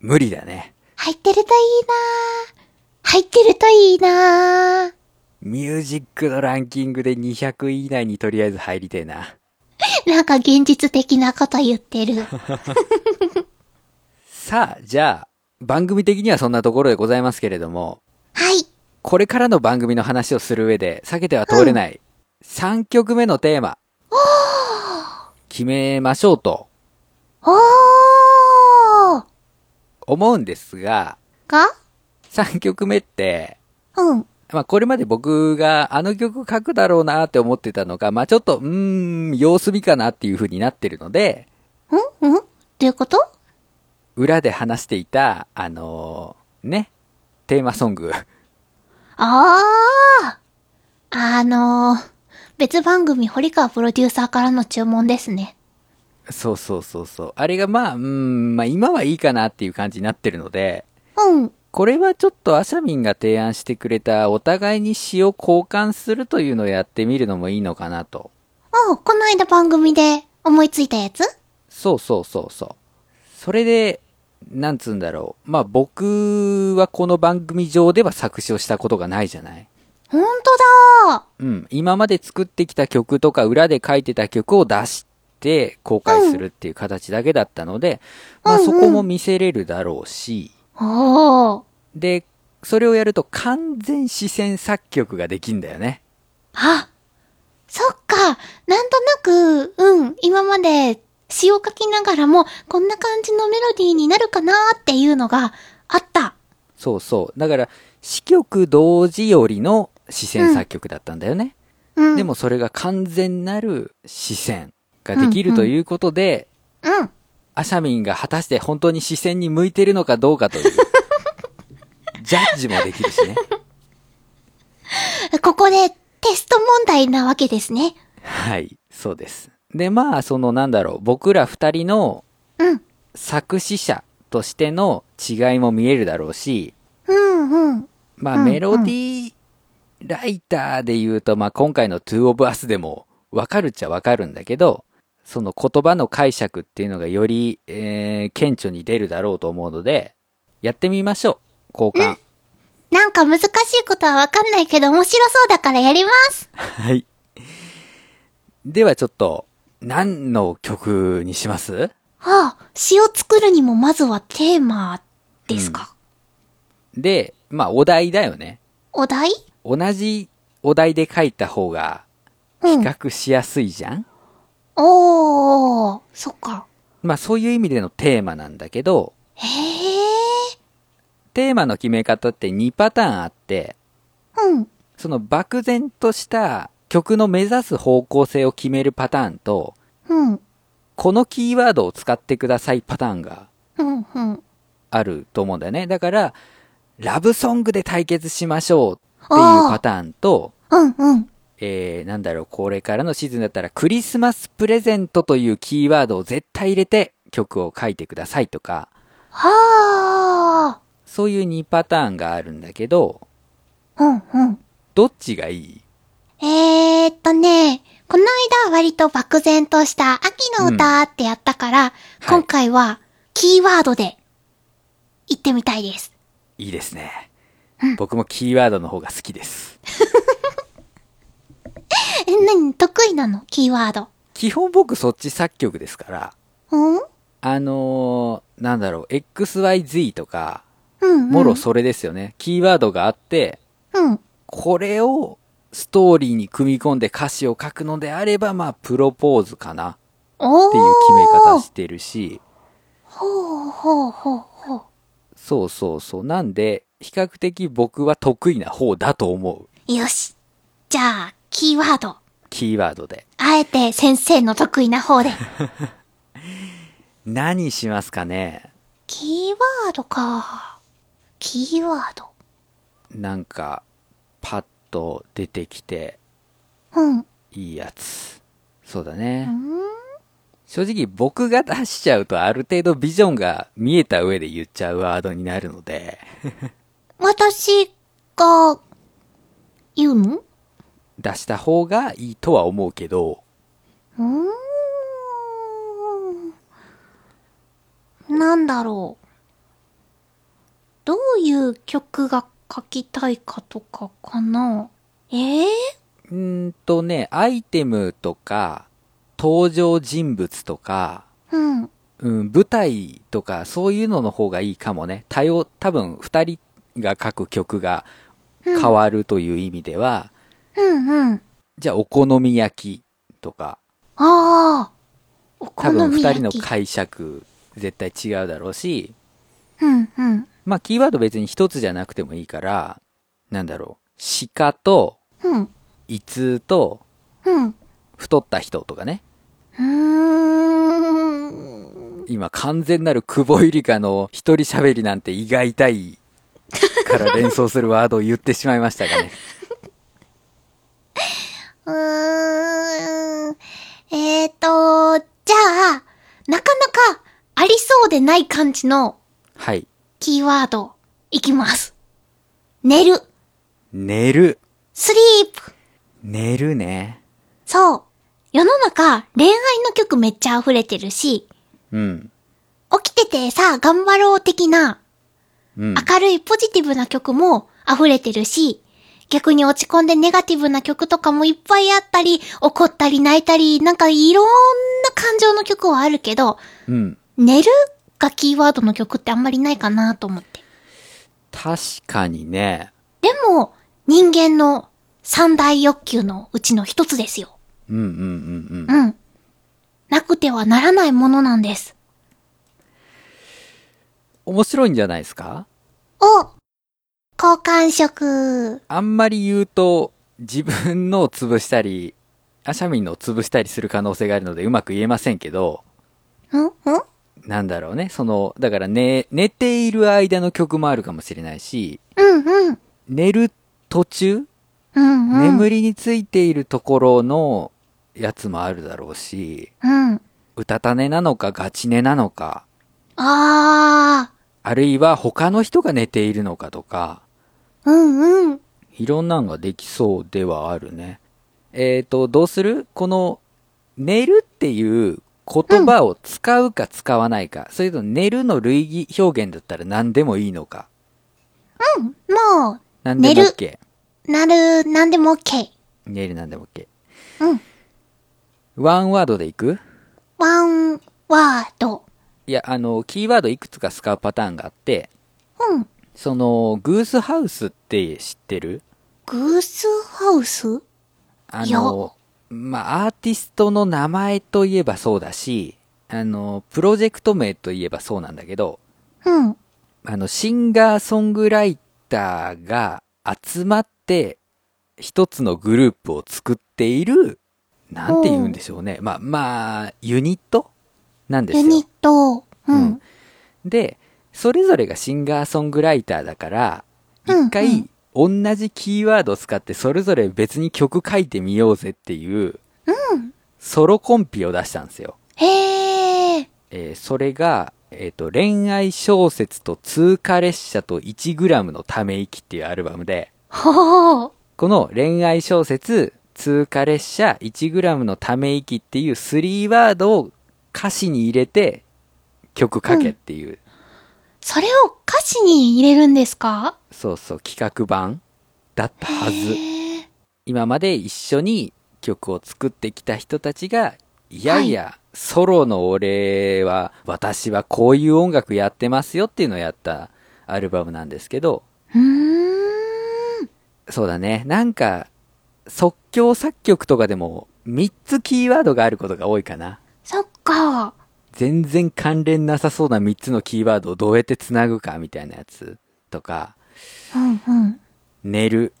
Speaker 1: 無理だね。
Speaker 2: 入ってるといいな入ってるといいな
Speaker 1: ミュージックのランキングで200位以内にとりあえず入りてえな。
Speaker 2: なんか現実的なこと言ってる。
Speaker 1: さあ、じゃあ、番組的にはそんなところでございますけれども、
Speaker 2: はい。
Speaker 1: これからの番組の話をする上で避けては通れない3曲目のテーマ、決めましょうと
Speaker 2: おー
Speaker 1: 思うんですが、
Speaker 2: が
Speaker 1: 3曲目って、
Speaker 2: うん。
Speaker 1: まあこれまで僕があの曲書くだろうなって思ってたのが、まあちょっと、うーん、様子見かなっていう風になってるので、
Speaker 2: うんうんどういうこと
Speaker 1: 裏で話していた、あのーね、テーマソング。
Speaker 2: あーあのー、別番組堀川プロデューサーからの注文ですね。
Speaker 1: そうそうそうそう。あれがまあ、うーん、まあ今はいいかなっていう感じになってるので、
Speaker 2: うん。
Speaker 1: これはちょっとアシャミンが提案してくれたお互いに詩を交換するというのをやってみるのもいいのかなと。
Speaker 2: おう、この間番組で思いついたやつ
Speaker 1: そうそうそうそう。それで、なんつうんだろう。まあ僕はこの番組上では作詞をしたことがないじゃない
Speaker 2: ほんとだ
Speaker 1: うん。今まで作ってきた曲とか裏で書いてた曲を出して公開するっていう形だけだったので、まあ
Speaker 2: うんうん
Speaker 1: そこも見せれるだろうし、
Speaker 2: ーおー
Speaker 1: で、それをやると完全視線作曲ができんだよね。
Speaker 2: あ、そっか。なんとなく、うん、今まで詩を書きながらも、こんな感じのメロディーになるかなーっていうのがあった。
Speaker 1: そうそう。だから、詞曲同時よりの視線作曲だったんだよね。
Speaker 2: うん。
Speaker 1: で、もそれが完全なる視線ができるということで、
Speaker 2: うん。
Speaker 1: アシャミンが果たして本当に視線に向いてるのかどうかという、ジャッジもできる しね。
Speaker 2: ここでテスト問題なわけですね。
Speaker 1: はい、そうです。で、まあ、そのなんだろう、僕ら二人の
Speaker 2: うん。
Speaker 1: 作詞者としての違いも見えるだろうし、
Speaker 2: うんうん。
Speaker 1: まあ、
Speaker 2: うんうん
Speaker 1: メロディーライターで言うと、まあ、今回の Two of Us でもわかるっちゃわかるんだけど、その言葉の解釈っていうのがより、えー顕著に出るだろうと思うので、やってみましょう。交換。
Speaker 2: なんか難しいことはわかんないけど面白そうだからやります。
Speaker 1: はい。ではちょっと、何の曲にします
Speaker 2: はあ、詩を作るにもまずはテーマですか。
Speaker 1: で、まあ、お題だよね。
Speaker 2: お題
Speaker 1: 同じお題で書いた方が、
Speaker 2: う
Speaker 1: 比
Speaker 2: ん。
Speaker 1: 較しやすいじゃん、
Speaker 2: おー、そっか。
Speaker 1: まあそういう意味でのテーマなんだけど、
Speaker 2: へえ。
Speaker 1: テーマの決め方って2パターンあって、
Speaker 2: うん。
Speaker 1: その漠然とした曲の目指す方向性を決めるパターンと、
Speaker 2: うん。
Speaker 1: このキーワードを使ってくださいパターンが
Speaker 2: うん。うん。
Speaker 1: あると思うんだよね。だから、ラブソングで対決しましょうっていうパターンと、
Speaker 2: うん。うん。
Speaker 1: えー、なんだろう、これからのシーズンだったら、クリスマスプレゼントというキーワードを絶対入れて曲を書いてくださいとか、
Speaker 2: は
Speaker 1: そういう2パターンがあるんだけど、
Speaker 2: あ。うん。うん。
Speaker 1: どっちがいい
Speaker 2: えーっとね、この間は割と漠然とした秋の歌ってやったから、今回はキーワードで行ってみたいです。
Speaker 1: いいですね。僕もキーワードの方が好きです。
Speaker 2: え、何得意なのキーワード。
Speaker 1: 基本僕そっち作曲ですから、
Speaker 2: うんうん
Speaker 1: あのー、なんだろう、XYZ とか、
Speaker 2: うん。
Speaker 1: もろそれですよね。キーワードがあって、
Speaker 2: うん。
Speaker 1: これをストーリーに組み込んで歌詞を書くのであれば、まあ、プロポーズかな
Speaker 2: おー。
Speaker 1: っていう決め方してるし、
Speaker 2: ほうほうほうほう。
Speaker 1: そうそうそう。なんで、比較的僕は得意な方だと思う。
Speaker 2: よし。じゃあ、キーワード。
Speaker 1: キーワードで。
Speaker 2: あえて先生の得意な方 で。
Speaker 1: 何しますかね
Speaker 2: キーワードか。キーワード。
Speaker 1: なんか、パッと出てきて、
Speaker 2: うん。う
Speaker 1: いいやつ。そうだね。
Speaker 2: ーん。
Speaker 1: 正直僕が出しちゃうとある程度ビジョンが見えた上で言っちゃうワードになるので、
Speaker 2: 私が、言うのう
Speaker 1: 出した方がいいとは思うけど、
Speaker 2: ーん。なんだろう。どういう曲が書きたいかとかかな。ええ
Speaker 1: うーんとね、アイテムとか、登場人物とか、
Speaker 2: うん。
Speaker 1: うん、舞台とかそういうのの方がいいかもね。多様、多分二人が書く曲が変わるという意味では、
Speaker 2: うんうん。
Speaker 1: じゃあお好み焼きとか、
Speaker 2: ああ。お好
Speaker 1: 多分
Speaker 2: み
Speaker 1: 二人
Speaker 2: 焼
Speaker 1: の
Speaker 2: き。
Speaker 1: 解釈絶対違うだろうし、
Speaker 2: うんうん。
Speaker 1: まあ、キーワード別に一つじゃなくてもいいから、なんだろう。鹿と、
Speaker 2: うん。
Speaker 1: 胃痛と、
Speaker 2: うん。
Speaker 1: 太った人とかね。
Speaker 2: うーん。
Speaker 1: 今、完全なる久保ゆりかの一人喋りなんて胃が痛いから連想するワードを言ってしまいました がね。
Speaker 2: うーん。えーと、じゃあ、なかなかありそうでない感じの
Speaker 1: はい。
Speaker 2: キーワード、いきます。寝る、
Speaker 1: 寝る。
Speaker 2: スリープ。
Speaker 1: 寝るね。
Speaker 2: そう。世の中、恋愛の曲めっちゃ溢れてるし、
Speaker 1: うん。
Speaker 2: 起きててさあ頑張ろう的な
Speaker 1: うん。
Speaker 2: 明るいポジティブな曲も溢れてるし、逆に落ち込んでネガティブな曲とかもいっぱいあったり、怒ったり泣いたり、なんかいろんな感情の曲はあるけど、
Speaker 1: うん。
Speaker 2: 寝るがキーワードの曲ってあんまりないかなと思って。
Speaker 1: 確かにね。
Speaker 2: でも、人間の三大欲求のうちの一つですよ。
Speaker 1: うんうんうんうん。
Speaker 2: うん。なくてはならないものなんです。
Speaker 1: 面白いんじゃないですか
Speaker 2: お好感触。
Speaker 1: あんまり言うと、自分のを潰したり、 アシャミンのを潰したりする可能性があるので、うまく言えませんけど、
Speaker 2: んん
Speaker 1: なんだろうね。その、だから寝、寝ている間の曲もあるかもしれないし、
Speaker 2: うんうん。
Speaker 1: 寝る途中、
Speaker 2: うんうん。
Speaker 1: 眠りについているところのやつもあるだろうし、
Speaker 2: うん。
Speaker 1: うたた寝なのかガチ寝なのか、
Speaker 2: あ
Speaker 1: あるいは他の人が寝ているのかとか、
Speaker 2: ー。うんうん。
Speaker 1: いろんなのができそうではあるね。えっ、と、どうするこの、寝るっていう言葉を使うか使わないか、それと寝るの類義表現だったら何でもいいのか、
Speaker 2: も
Speaker 1: 何でも
Speaker 2: 寝る
Speaker 1: OK。
Speaker 2: う、なる、なんでも OK。
Speaker 1: 寝る何でも OK。
Speaker 2: うん。
Speaker 1: ワンワードでいく
Speaker 2: ワン、ワード。
Speaker 1: いや、あの、キーワードいくつか使うパターンがあって、
Speaker 2: うん。
Speaker 1: その、グースハウスって知ってる
Speaker 2: グースハウス
Speaker 1: あの、まあ、アーティストの名前といえばそうだし、あの、プロジェクト名といえばそうなんだけど、
Speaker 2: うん。
Speaker 1: あの、シンガーソングライターが集まって、一つのグループを作っている、なんて言うんでしょうね。まあ、まあ、ユニットなんです
Speaker 2: ユ
Speaker 1: よ。
Speaker 2: ニット。う
Speaker 1: うんん。で、それぞれがシンガーソングライターだから、
Speaker 2: うん
Speaker 1: 一回同じキーワードを使ってそれぞれ別に曲書いてみようぜっていう、ソロコンピを出したんですよ。
Speaker 2: へえ。
Speaker 1: えーそれが、えっ、と、恋愛小説と通過列車と1グラムのため息っていうアルバムで、
Speaker 2: ほう。
Speaker 1: この恋愛小説、通過列車、1グラムのため息っていう3ワードを歌詞に入れて曲書けっていう、
Speaker 2: それを歌詞に入れるんですか
Speaker 1: そうそう、企画版だったはず。
Speaker 2: へえ。
Speaker 1: 今まで一緒に曲を作ってきた人たちが、いやいや、ソロの俺は、私はこういう音楽やってますよっていうのをやったアルバムなんですけど、
Speaker 2: うーん。
Speaker 1: そうだね、なんか、即興作曲とかでも3つキーワードがあることが多いかな。
Speaker 2: そっか。
Speaker 1: 全然関連なさそうな3つのキーワードをどうやって繋ぐかみたいなやつとか、
Speaker 2: うん
Speaker 1: 寝る。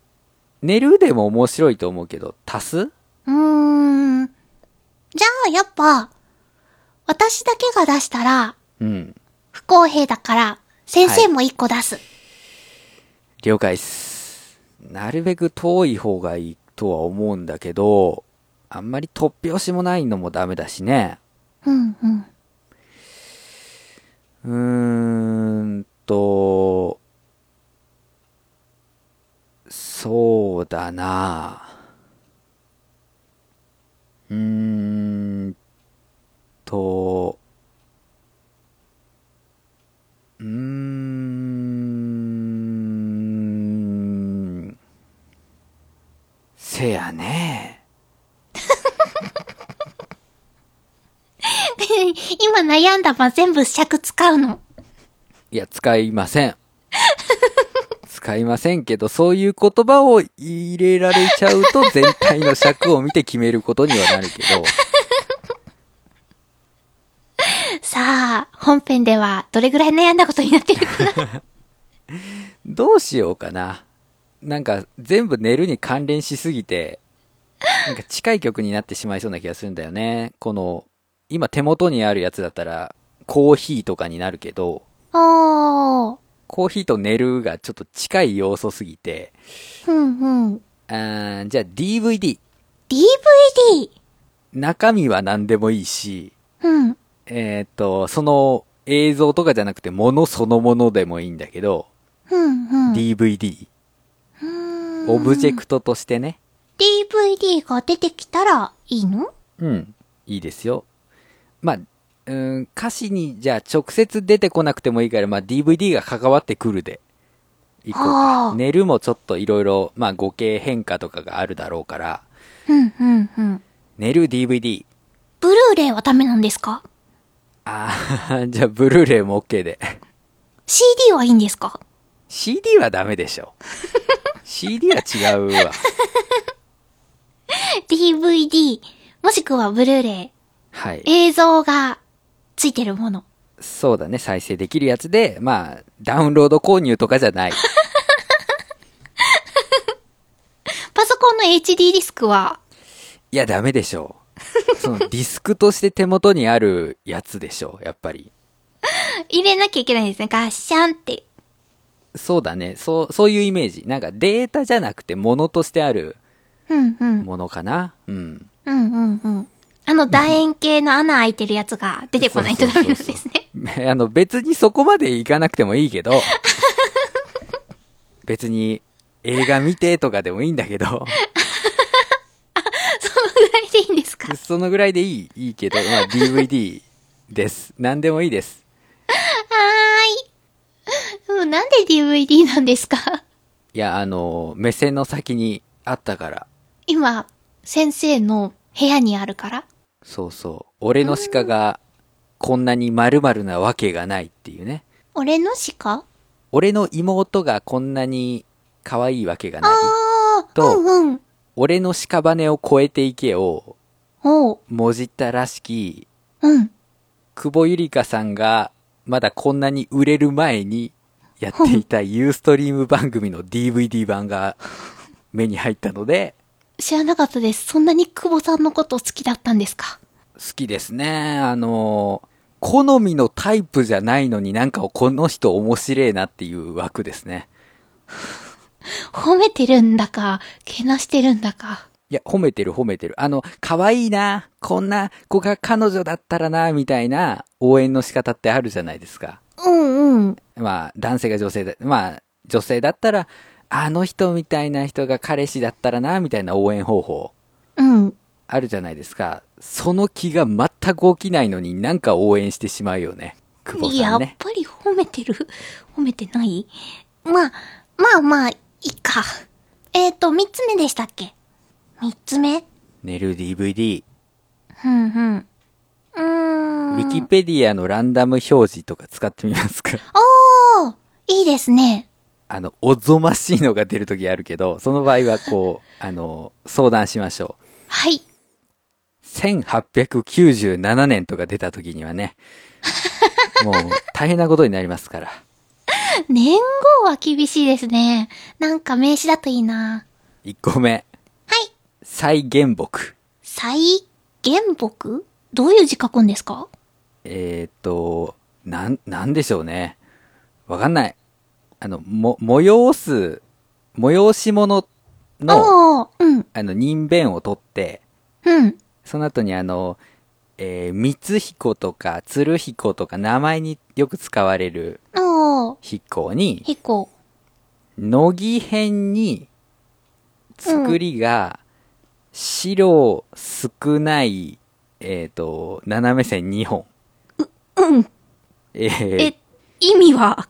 Speaker 1: 寝るでも面白いと思うけど、足す
Speaker 2: うん。うーん。じゃあ、やっぱ、私だけが出したら、
Speaker 1: うん。
Speaker 2: 不公平だから、先生も一個出す。
Speaker 1: 了解っす。なるべく遠い方がいいとは思うんだけど、あんまり突拍子もないのもダメだしね。
Speaker 2: うんう
Speaker 1: う
Speaker 2: ん。
Speaker 1: ーんと、そうだなうーんと、うーん、せやね。
Speaker 2: 今悩んだま全部尺使うの。
Speaker 1: いや、使いません。 使いませんけど、そういう言葉を入れられちゃうと、全体の尺を見て決めることにはなるけど、
Speaker 2: さあ、本編ではどれぐらい悩んだことに なってるかな
Speaker 1: どうしようかな。なんか、全部寝るに関連しすぎて、なんか近い曲になってしまいそうな気がするんだよね。この、今手元にあるやつだったら、コーヒーとかになるけど、
Speaker 2: おー。
Speaker 1: コーヒーと寝るがちょっと近い要素すぎて、
Speaker 2: うんうん。
Speaker 1: あーじゃあ DVD。
Speaker 2: DVD!
Speaker 1: 中身は何でもいいし、
Speaker 2: うん。
Speaker 1: えーっと、その映像とかじゃなくて、ものそのものでもいいんだけど、
Speaker 2: うんうん。
Speaker 1: DVD、
Speaker 2: うーん
Speaker 1: オブジェクトとしてね、
Speaker 2: DVD が出てきたらいいの
Speaker 1: うん、いいですよ。まあ、うん、歌詞に、じゃあ直接出てこなくてもいいから、まあ DVD が関わってくるで、いこう
Speaker 2: あ
Speaker 1: か
Speaker 2: ー。
Speaker 1: 寝るもちょっといろいろ、まあ語形変化とかがあるだろうから、
Speaker 2: うんうんうん。
Speaker 1: 寝る DVD。
Speaker 2: ブルーレイはダメなんですか
Speaker 1: ああ、じゃあブルー レイも OK で。
Speaker 2: ?CD はいいんですか
Speaker 1: CD はダメでしょ。CD は違う わ。
Speaker 2: ?DVD、もしくはブルーレイ。
Speaker 1: はい。
Speaker 2: 映像がついてるもの。
Speaker 1: そうだね、再生できるやつで、まあ、ダウンロード購入とかじゃない。
Speaker 2: パソコンの HD ディスクは、
Speaker 1: いや、ダメでしょう。そのディスクとして手元にあるやつでしょう、やっぱり。
Speaker 2: 入れなきゃいけないんですね。ガッシャンって。
Speaker 1: そうだね、そう、そういうイメージ。なんかデータじゃなくて物としてある
Speaker 2: うんうん。
Speaker 1: ものかな。うん。
Speaker 2: うんうんうん。あの楕円形の穴開いてるやつが出てこないとダメなんですね。
Speaker 1: あの、別にそこまでいかなくてもいいけど、別に映画見てとかでもいいんだけど、
Speaker 2: そのぐらいでいいんですか
Speaker 1: そのぐらいでいい、いいけど、まあ DVD です。何でもいいです。
Speaker 2: うんなんで DVD なんですか
Speaker 1: いや、あの、目線の先にあったから。
Speaker 2: 今、先生の部屋にあるから。
Speaker 1: そうそう。俺の鹿がこんなに丸々なわけがないっていうね。
Speaker 2: 俺の鹿
Speaker 1: 俺の妹がこんなに可愛いわけがない。
Speaker 2: ああ、
Speaker 1: と
Speaker 2: うんうん。
Speaker 1: 俺の屍を越えていけを
Speaker 2: おう、
Speaker 1: もじったらしき
Speaker 2: うん。
Speaker 1: 久保ゆりかさんがまだこんなに売れる前にやっていたユーストリーム番組の DVD 版が目に入ったので、
Speaker 2: 知らなかったです。そんなに久保さんのこと好きだったんですか
Speaker 1: 好きですね。あの、好みのタイプじゃないのになんかこの人面白えなっていう枠ですね。
Speaker 2: 褒めてるんだか、けなしてるんだか。
Speaker 1: いや、褒めてる褒めてる。あの、可愛いな、こんな子が彼女だったらな、みたいな応援の仕方ってあるじゃないですか。
Speaker 2: うんうん。
Speaker 1: まあ、男性が女性だ、まあ、女性だったら、あの人みたいな人が彼氏だったらな、みたいな応援方法
Speaker 2: うん。
Speaker 1: あるじゃないですか。その気が全く起きないのになんか応援してしまうよね。久保
Speaker 2: や
Speaker 1: さ
Speaker 2: っ
Speaker 1: んね。
Speaker 2: ぱり褒めてる褒めてないまあ、まあまあ、いいか。えっ、ー、と、三つ目でしたっけ三つ目
Speaker 1: 寝る DVD、
Speaker 2: うんうん。う
Speaker 1: ウ
Speaker 2: ーん。
Speaker 1: ィキペディアのランダム表示とか使ってみます か
Speaker 2: おーいいですね。
Speaker 1: あの、おぞましいのが出るときあるけど、その場合はこ う、あの、相談しましょう。
Speaker 2: はい。
Speaker 1: 1897年とか出たときには ね、もう大変なことになりますから。
Speaker 2: 年号は厳しいですね。なんか名詞だといいな。
Speaker 1: 1個目。
Speaker 2: はい。
Speaker 1: 蔡元木。
Speaker 2: 再原木どういう字書くんですか
Speaker 1: えーっ、と、なん、なんでしょうね。わかんない。あの、も、催す、催し物の、
Speaker 2: おーうん、
Speaker 1: あの、人弁を取って、
Speaker 2: うん。
Speaker 1: その後にあの、えー、光彦とか、鶴彦とか、名前によく使われる
Speaker 2: おー
Speaker 1: 彦に、
Speaker 2: へこ。
Speaker 1: 乃木編に、作りが、白少ない、えーっ、と、斜め線2本。
Speaker 2: うん。
Speaker 1: えー
Speaker 2: え、意味は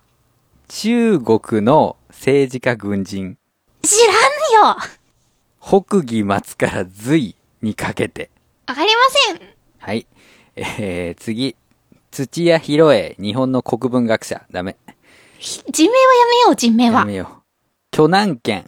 Speaker 1: 中国の政治家軍人、
Speaker 2: 知らんよ
Speaker 1: 北義松から隋にかけて。
Speaker 2: わかりません。
Speaker 1: はい。えー、次。土屋博恵、日本の国文学者。ダメ。
Speaker 2: ひ人名はやめよう、人名
Speaker 1: や
Speaker 2: は
Speaker 1: め。よう。巨南県、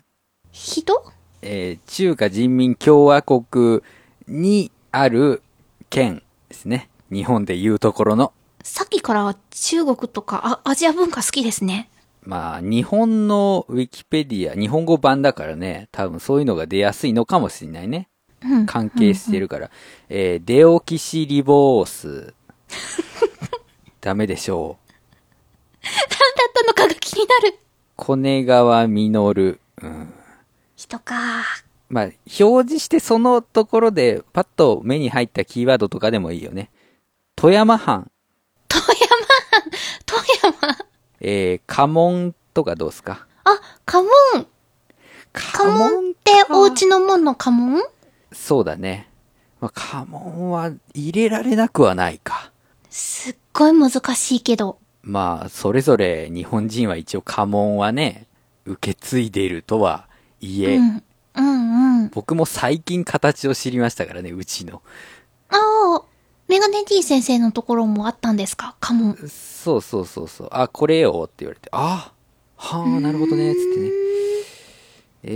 Speaker 2: 人
Speaker 1: えー、中華人民共和国にある県ですね。日本でいうところの。
Speaker 2: さっきから中国とかあアジア文化好きですね。
Speaker 1: まあ、日本のウィキペディア、日本語版だからね、多分そういうのが出やすいのかもしれないね。
Speaker 2: うん。
Speaker 1: 関係してるから。えーデオキシリボース。ダメでしょう。
Speaker 2: 何だったのかが気になる。
Speaker 1: コネガワミノル。うん。
Speaker 2: 人か。
Speaker 1: まあ、表示してそのところでパッと目に入ったキーワードとかでもいいよね。富山藩。
Speaker 2: 富山、富山。
Speaker 1: えー、家紋とかどうですか
Speaker 2: あ、家紋。家紋って
Speaker 1: か
Speaker 2: お家の門の家紋
Speaker 1: そうだね。まあ、家紋は入れられなくはないか。
Speaker 2: すっごい難しいけど。
Speaker 1: まあ、それぞれ日本人は一応家紋はね、受け継いでるとはいえ、
Speaker 2: うん。うんうん。
Speaker 1: 僕も最近形を知りましたからね、うちの。
Speaker 2: ああ、メガネ D 先生のところもあったんですか家紋。
Speaker 1: そうそうそうそう。あ、これよって言われて、あはあ、なるほどね、つってね。え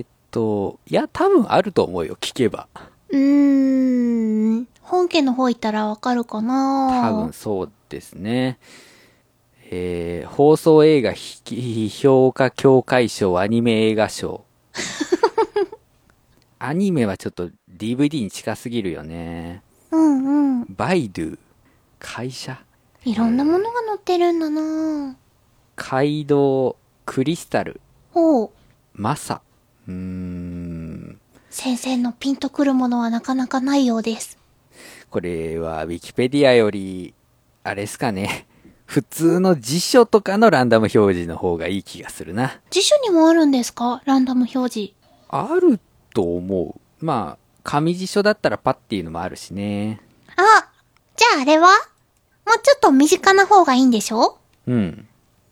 Speaker 1: ー、っと、いや、多分あると思うよ、聞けば。
Speaker 2: うーん。本家の方行ったらわかるかな
Speaker 1: 多分。そうですね。えー、放送映画批評家協会賞、アニメ映画賞。アニメはちょっと DVD に近すぎるよね。
Speaker 2: うんうん。
Speaker 1: バイドゥ、会社
Speaker 2: いろんなものが載ってるんだな
Speaker 1: 街道、クリスタル、
Speaker 2: ほう。
Speaker 1: マサ。うーん。
Speaker 2: 先生のピンとくるものはなかなかないようです。
Speaker 1: これは、ウィキペディアより、あれですかね。 普通の辞書とかのランダム表示の方がいい気がするな。
Speaker 2: 辞書にもあるんですかランダム表示。
Speaker 1: あると思う。まあ、紙辞書だったらパっていうのもあるしね。
Speaker 2: あ、じゃああれはもうちょっと身近な方がいいんでしょ
Speaker 1: うん。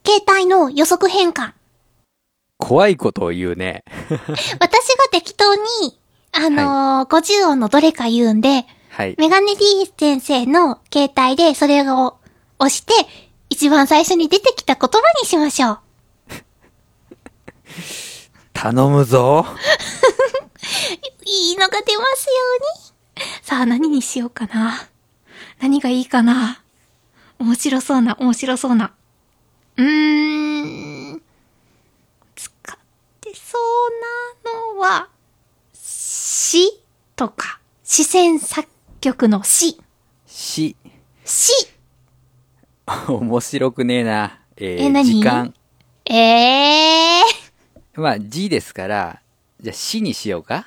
Speaker 2: 携帯の予測変換。
Speaker 1: 怖いことを言うね。
Speaker 2: 私が適当に、あのー50音のどれか言うんで、
Speaker 1: はい。
Speaker 2: メガネ D 先生の携帯でそれを押して、一番最初に出てきた言葉にしましょう。
Speaker 1: 頼むぞ。
Speaker 2: いいのが出ますように。さあ何にしようかな。何がいいかな面白そうな、面白そうな。うーん。使ってそうなのは、詩とか、視線作曲の詩。
Speaker 1: し、
Speaker 2: 詩
Speaker 1: 面白くねえな。えー
Speaker 2: え何
Speaker 1: 時間。
Speaker 2: ええー。
Speaker 1: まあ、字ですから、じゃあ、しにしようか。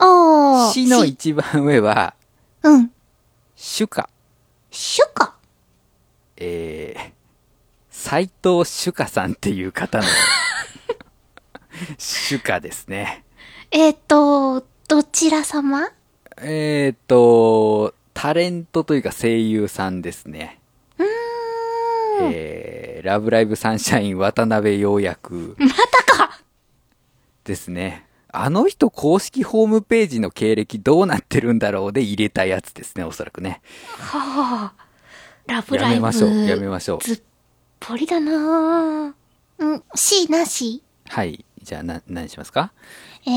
Speaker 2: おー。
Speaker 1: しの
Speaker 2: 詩
Speaker 1: 一番上は、
Speaker 2: うん。
Speaker 1: 主歌。
Speaker 2: 主か。
Speaker 1: えー、斎藤主歌さんっていう方 の主歌ですね。
Speaker 2: えっ、ー、と、どちら様
Speaker 1: えっ、ー、と、タレントというか声優さんですね。えー、ラブライブサンシャイン渡辺陽役
Speaker 2: またか
Speaker 1: ですね。 あの人公式ホームページの経歴どうなってるんだろうで入れたやつですね、おそらくね。
Speaker 2: はあ。ラブ
Speaker 1: や
Speaker 2: ライブ。
Speaker 1: めましょう、やめましょう。
Speaker 2: ずっぽりだなぁ。ん、C なし
Speaker 1: はい。じゃあ、な、何しますか
Speaker 2: え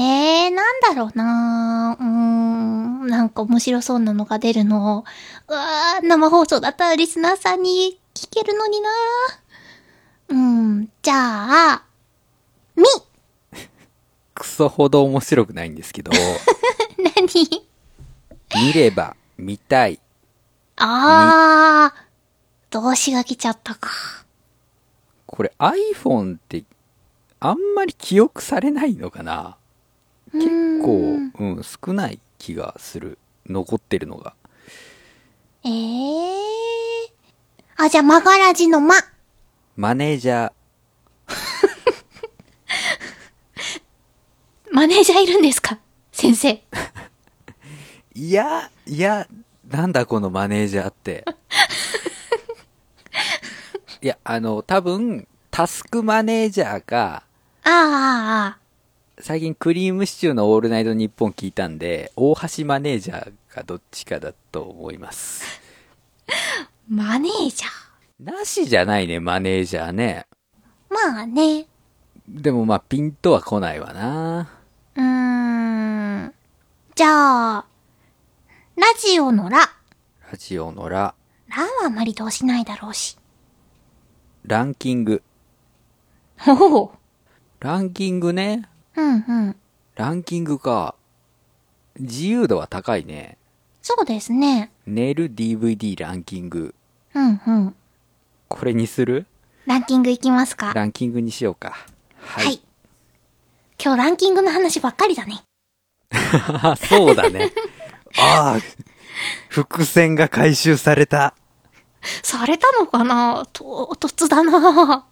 Speaker 2: ー、なんだろうなぁ。うーん、なんか面白そうなのが出るの。うわぁ、生放送だったらリスナーさんに聞けるのになぁ。うん、じゃあ、み
Speaker 1: クソほど面白くないんですけど、
Speaker 2: 何
Speaker 1: 見れば、見たい、
Speaker 2: あー、動詞が来ちゃったか。
Speaker 1: これ iPhone ってあんまり記憶されないのかな
Speaker 2: 結
Speaker 1: こう、うん、少ない気がする。残ってるのが。
Speaker 2: えー。あ、じゃあ、まがらじのま。
Speaker 1: マネージャー、
Speaker 2: マネージャーいるんですか先生。
Speaker 1: いや、いや、なんだこのマネージャー って。いや、あの、多分、タスクマネージャーか、
Speaker 2: あーあ
Speaker 1: 最近クリームシチューのオールナイトニッポン聞いたんで、大橋マネージャーかどっちかだと思います。
Speaker 2: ー、マネージャー。
Speaker 1: なしじゃないね、マネージャーね。
Speaker 2: まあね。
Speaker 1: でもまあ、ピンとは来ないわな。
Speaker 2: うーん。じゃあ、ラジオのラ。
Speaker 1: ラジオのラ、
Speaker 2: ラはあまり動しないだろうし。
Speaker 1: ランキング。
Speaker 2: ほほ
Speaker 1: ランキングね。
Speaker 2: うんうん。
Speaker 1: ランキングか。自由度は高いね。
Speaker 2: そうですね。
Speaker 1: 寝る DVD ランキング。
Speaker 2: うんうん。
Speaker 1: これにする
Speaker 2: ランキングいきますか。
Speaker 1: ランキングにしようか。は
Speaker 2: はい。今日ランキングの話ばっかりだね。
Speaker 1: あそうだ ね。ああ、伏線が回収された。
Speaker 2: されたのかな唐突だな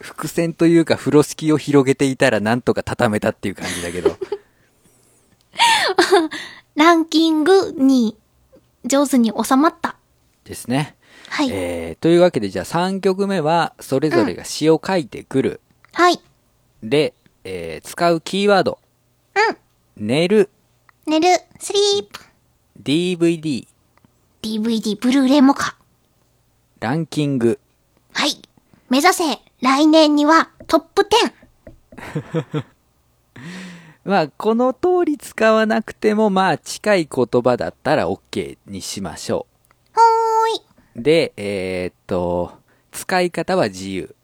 Speaker 1: 伏線というか風呂敷を広げていたらなんとか畳めたっていう感じだ けど
Speaker 2: ランキングに上手に収まった。
Speaker 1: ですね、
Speaker 2: はい。
Speaker 1: えーというわけでじゃあ3曲目はそれぞれが詩を書いてくる、
Speaker 2: はい。
Speaker 1: で、えー使うキーワード
Speaker 2: うん。
Speaker 1: 寝る
Speaker 2: 寝る、スリープ、
Speaker 1: DVD
Speaker 2: DVD、ブルーレイもか。
Speaker 1: ランキング
Speaker 2: はい。目指せ、来年にはトップ10。
Speaker 1: まあこの通り使わなくてもまあ近い言葉だったら OK にしましょ
Speaker 2: ほーい。
Speaker 1: うでえーっと使い方は自由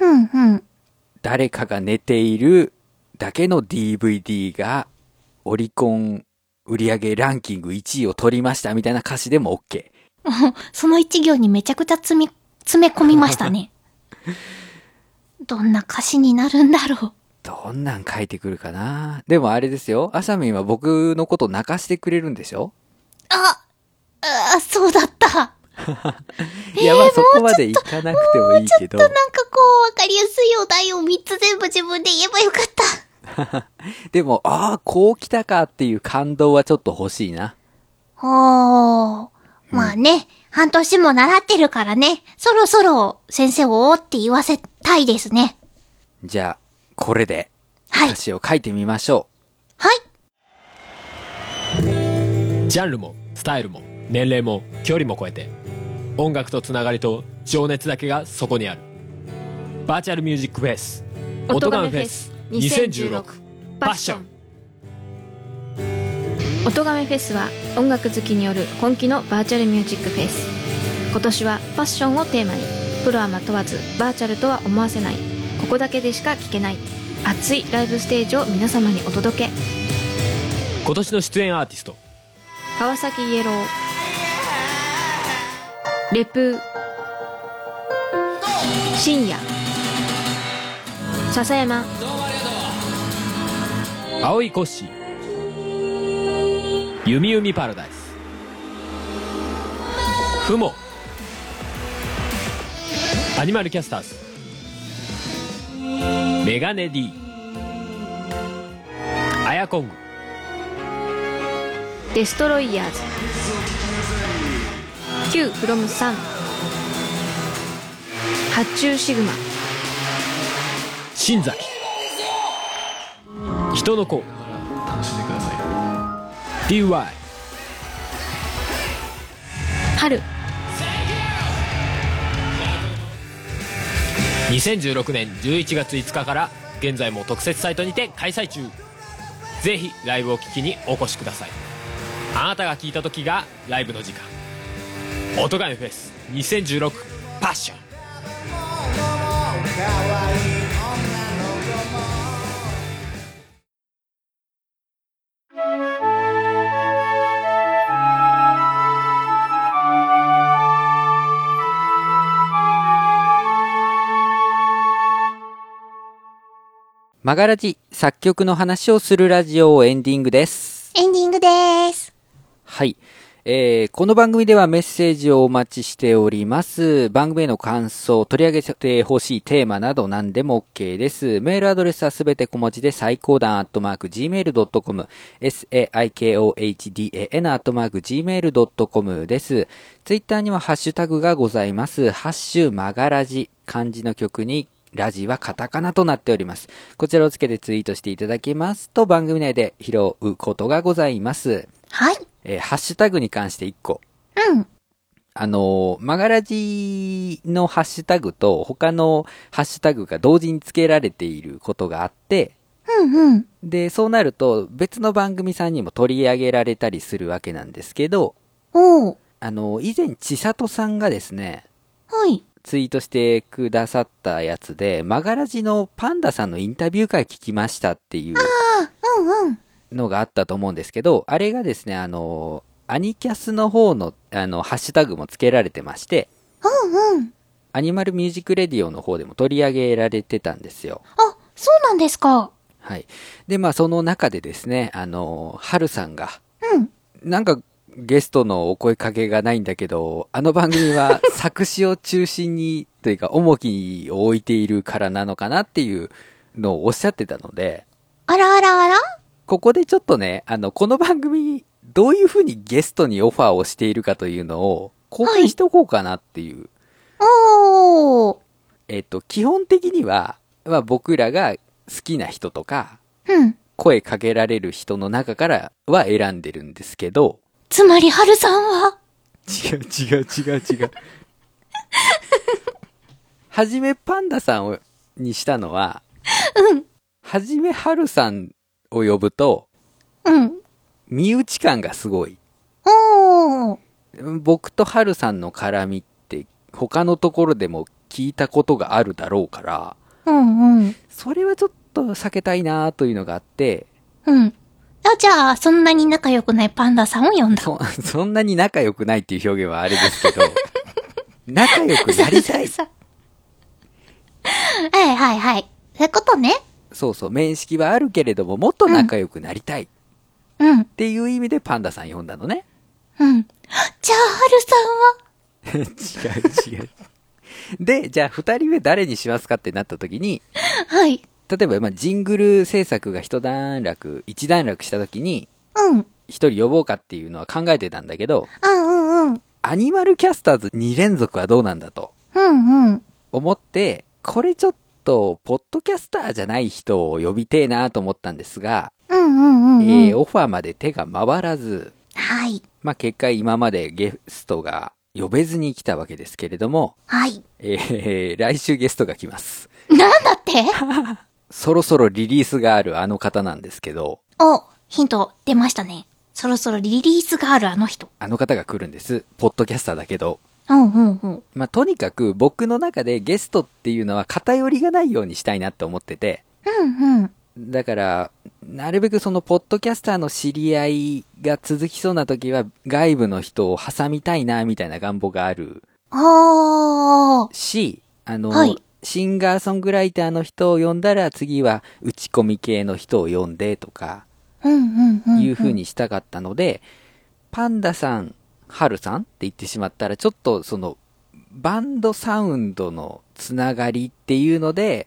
Speaker 2: うんうん。
Speaker 1: 誰かが寝ているだけの DVD がオリコン売上ランキング1位を取りましたみたいな歌詞でも OK。
Speaker 2: その一行にめちゃくちゃ詰め、詰め込みまし たね。どんな歌詞になるんだろう。
Speaker 1: どんなん書いてくるかなでもあれですよ。あさみんは僕のこと泣かしてくれるんでしょ
Speaker 2: あ、あ、そうだった。
Speaker 1: いや、まあそこまでいかなくてもいいけど。
Speaker 2: なんかこう、わかりやすいお題を3つ全部自分で言えばよかった。
Speaker 1: でも、ああ、こう来たかっていう感動はちょっと欲しいな。
Speaker 2: ほー。まあね、半年も習ってるからね、そろそろ先生をって言わせたいですね。
Speaker 1: じゃあ、これで
Speaker 2: はい
Speaker 1: 歌。詞を書いてみましょ
Speaker 2: はい。
Speaker 3: ジャンルもスタイルも年齢も距離も超えて音楽とつながりと情熱だけがそこにあるバーチャルミュージックフェス音ガンフェス2016パッション
Speaker 4: 「音亀フェスは音楽好きによる本気のバーチャルミュージックフェス今年はファッションをテーマにプロアマ問わずバーチャルとは思わせないここだけでしか聞けない熱いライブステージを皆様にお届け
Speaker 3: 今年の出演アーティスト
Speaker 4: 川崎イエローレプー深夜笹山
Speaker 3: 青いコッシー弓弓パラダイスふもアニマルキャスターズメガネ D アヤコング
Speaker 4: デストロイヤーズ Q フロム3発注シグマ
Speaker 3: 新崎人の子 DY
Speaker 4: 春
Speaker 3: 2016年11月5日から現在も特設サイトにて開催中ぜひライブを聞きにお越しくださいあなたが聞いた時がライブの時間「音ガメフェス2016パッション」
Speaker 1: マガラジ作曲の話をするラジオをエンディングです。
Speaker 2: エンディングです。
Speaker 1: はい。えー、この番組ではメッセージをお待ちしております。番組への感想、取り上げてほしいテーマなど何でも OK です。メールアドレスはすべて小文字で最高段アットマーク gmail.com、saikohdan アットマーク gmail.com です。ツイッターにはハッシュタグがございます。ハッシュマガラジ、漢字の曲にラジはカタカナとなっております。こちらをつけてツイートしていただきますと番組内で拾うことがございます。
Speaker 2: はい。
Speaker 1: えーハッシュタグに関して1個。
Speaker 2: うん。
Speaker 1: あのーマガラジのハッシュタグと他のハッシュタグが同時につけられていることがあって、
Speaker 2: うんうん。
Speaker 1: で、そうなると別の番組さんにも取り上げられたりするわけなんですけど、
Speaker 2: おう。
Speaker 1: あのー以前千里さんがですね、
Speaker 2: はい。
Speaker 1: ツイートしてくださったやつで、マガラジのパンダさんのインタビュー会聞きましたっていう
Speaker 2: うんうん。
Speaker 1: のがあったと思うんですけど、あれがですね、あの、アニキャスの方の、あの、ハッシュタグも付けられてまして、
Speaker 2: うんうん。
Speaker 1: アニマルミュージックレディオの方でも取り上げられてたんですよ。
Speaker 2: あ、そうなんですか。
Speaker 1: はい。で、まあ、その中でですね、あの、ハルさんが、
Speaker 2: うん。
Speaker 1: なんか、ゲストのお声かけがないんだけど、あの番組は作詞を中心に、というか、重きを置いているからなのかなっていうのをおっしゃってたので、
Speaker 2: あらあらあら
Speaker 1: ここでちょっとね、あの、この番組、どういうふうにゲストにオファーをしているかというのを、公開しておこうかなっていう。
Speaker 2: おー。
Speaker 1: えっと、基本的には、まあ、僕らが好きな人とか、
Speaker 2: うん。
Speaker 1: 声かけられる人の中からは選んでるんですけど、
Speaker 2: つまり、春さんは、
Speaker 1: 違う違う違う違う。 はじめパンダさんをにしたのは、はじめはるさんを呼ぶと、
Speaker 2: うん。
Speaker 1: 身内感がすごい。
Speaker 2: おー。
Speaker 1: 僕とハルさんの絡みって他のところでも聞いたことがあるだろうから、
Speaker 2: うんうん。
Speaker 1: それはちょっと避けたいなというのがあって、
Speaker 2: うん。あ、じゃあ、そんなに仲良くないパンダさんを呼んだ。
Speaker 1: そ、そんなに仲良くないっていう表現はあれです けど、仲良くなりたい。
Speaker 2: そうそうそうはいはいはい。そういうことね。
Speaker 1: そうそう、面識はあるけれども、もっと仲良くなりたいっ
Speaker 2: うん。
Speaker 1: ていう意味でパンダさん呼んだの ね。
Speaker 2: うん。じゃあ、春さんは、
Speaker 1: 違う違う。で、じゃあ二人目誰にしますかってなった時に、
Speaker 2: はい。
Speaker 1: 例えば、まあ、ジングル制作が一段落、一段落した時に、
Speaker 2: うん。
Speaker 1: 一人呼ぼうかっていうのは考えてたんだけど、
Speaker 2: うんうんうん。
Speaker 1: アニマルキャスターズ2連続はどうなんだと
Speaker 2: うんうん。
Speaker 1: 思って、これちょっと、ポッドキャスターじゃない人を呼びてえなと思ったんですが、
Speaker 2: うんうんうん、うん
Speaker 1: えーオファーまで手が回らず、
Speaker 2: はい。
Speaker 1: まあ、結果今までゲストが呼べずに来たわけですけれども、
Speaker 2: はい。
Speaker 1: えー来週ゲストが来ます。
Speaker 2: なんだ って
Speaker 1: そろそろリリースがあるあの方なんですけど、
Speaker 2: お、ヒント出ましたね。そろそろリリースがあるあの人。
Speaker 1: あの方が来るんです。ポッドキャスターだけど。
Speaker 2: うんうんうん。
Speaker 1: まあ、とにかく僕の中でゲストっていうのは偏りがないようにしたいなって思ってて、
Speaker 2: うんうん。
Speaker 1: だから、なるべくそのポッドキャスターの知り合いが続きそうな時は外部の人を挟みたいなみたいな願望がある
Speaker 2: あー。
Speaker 1: し、あの、
Speaker 2: はい
Speaker 1: シンガーソングライターの人を呼んだら次は打ち込み系の人を呼んでとか
Speaker 2: うんうんうん、うん。
Speaker 1: いう風。にしたかったので、パンダさん、ハルさんって言ってしまったらちょっとそのバンドサウンドのつながりっていうので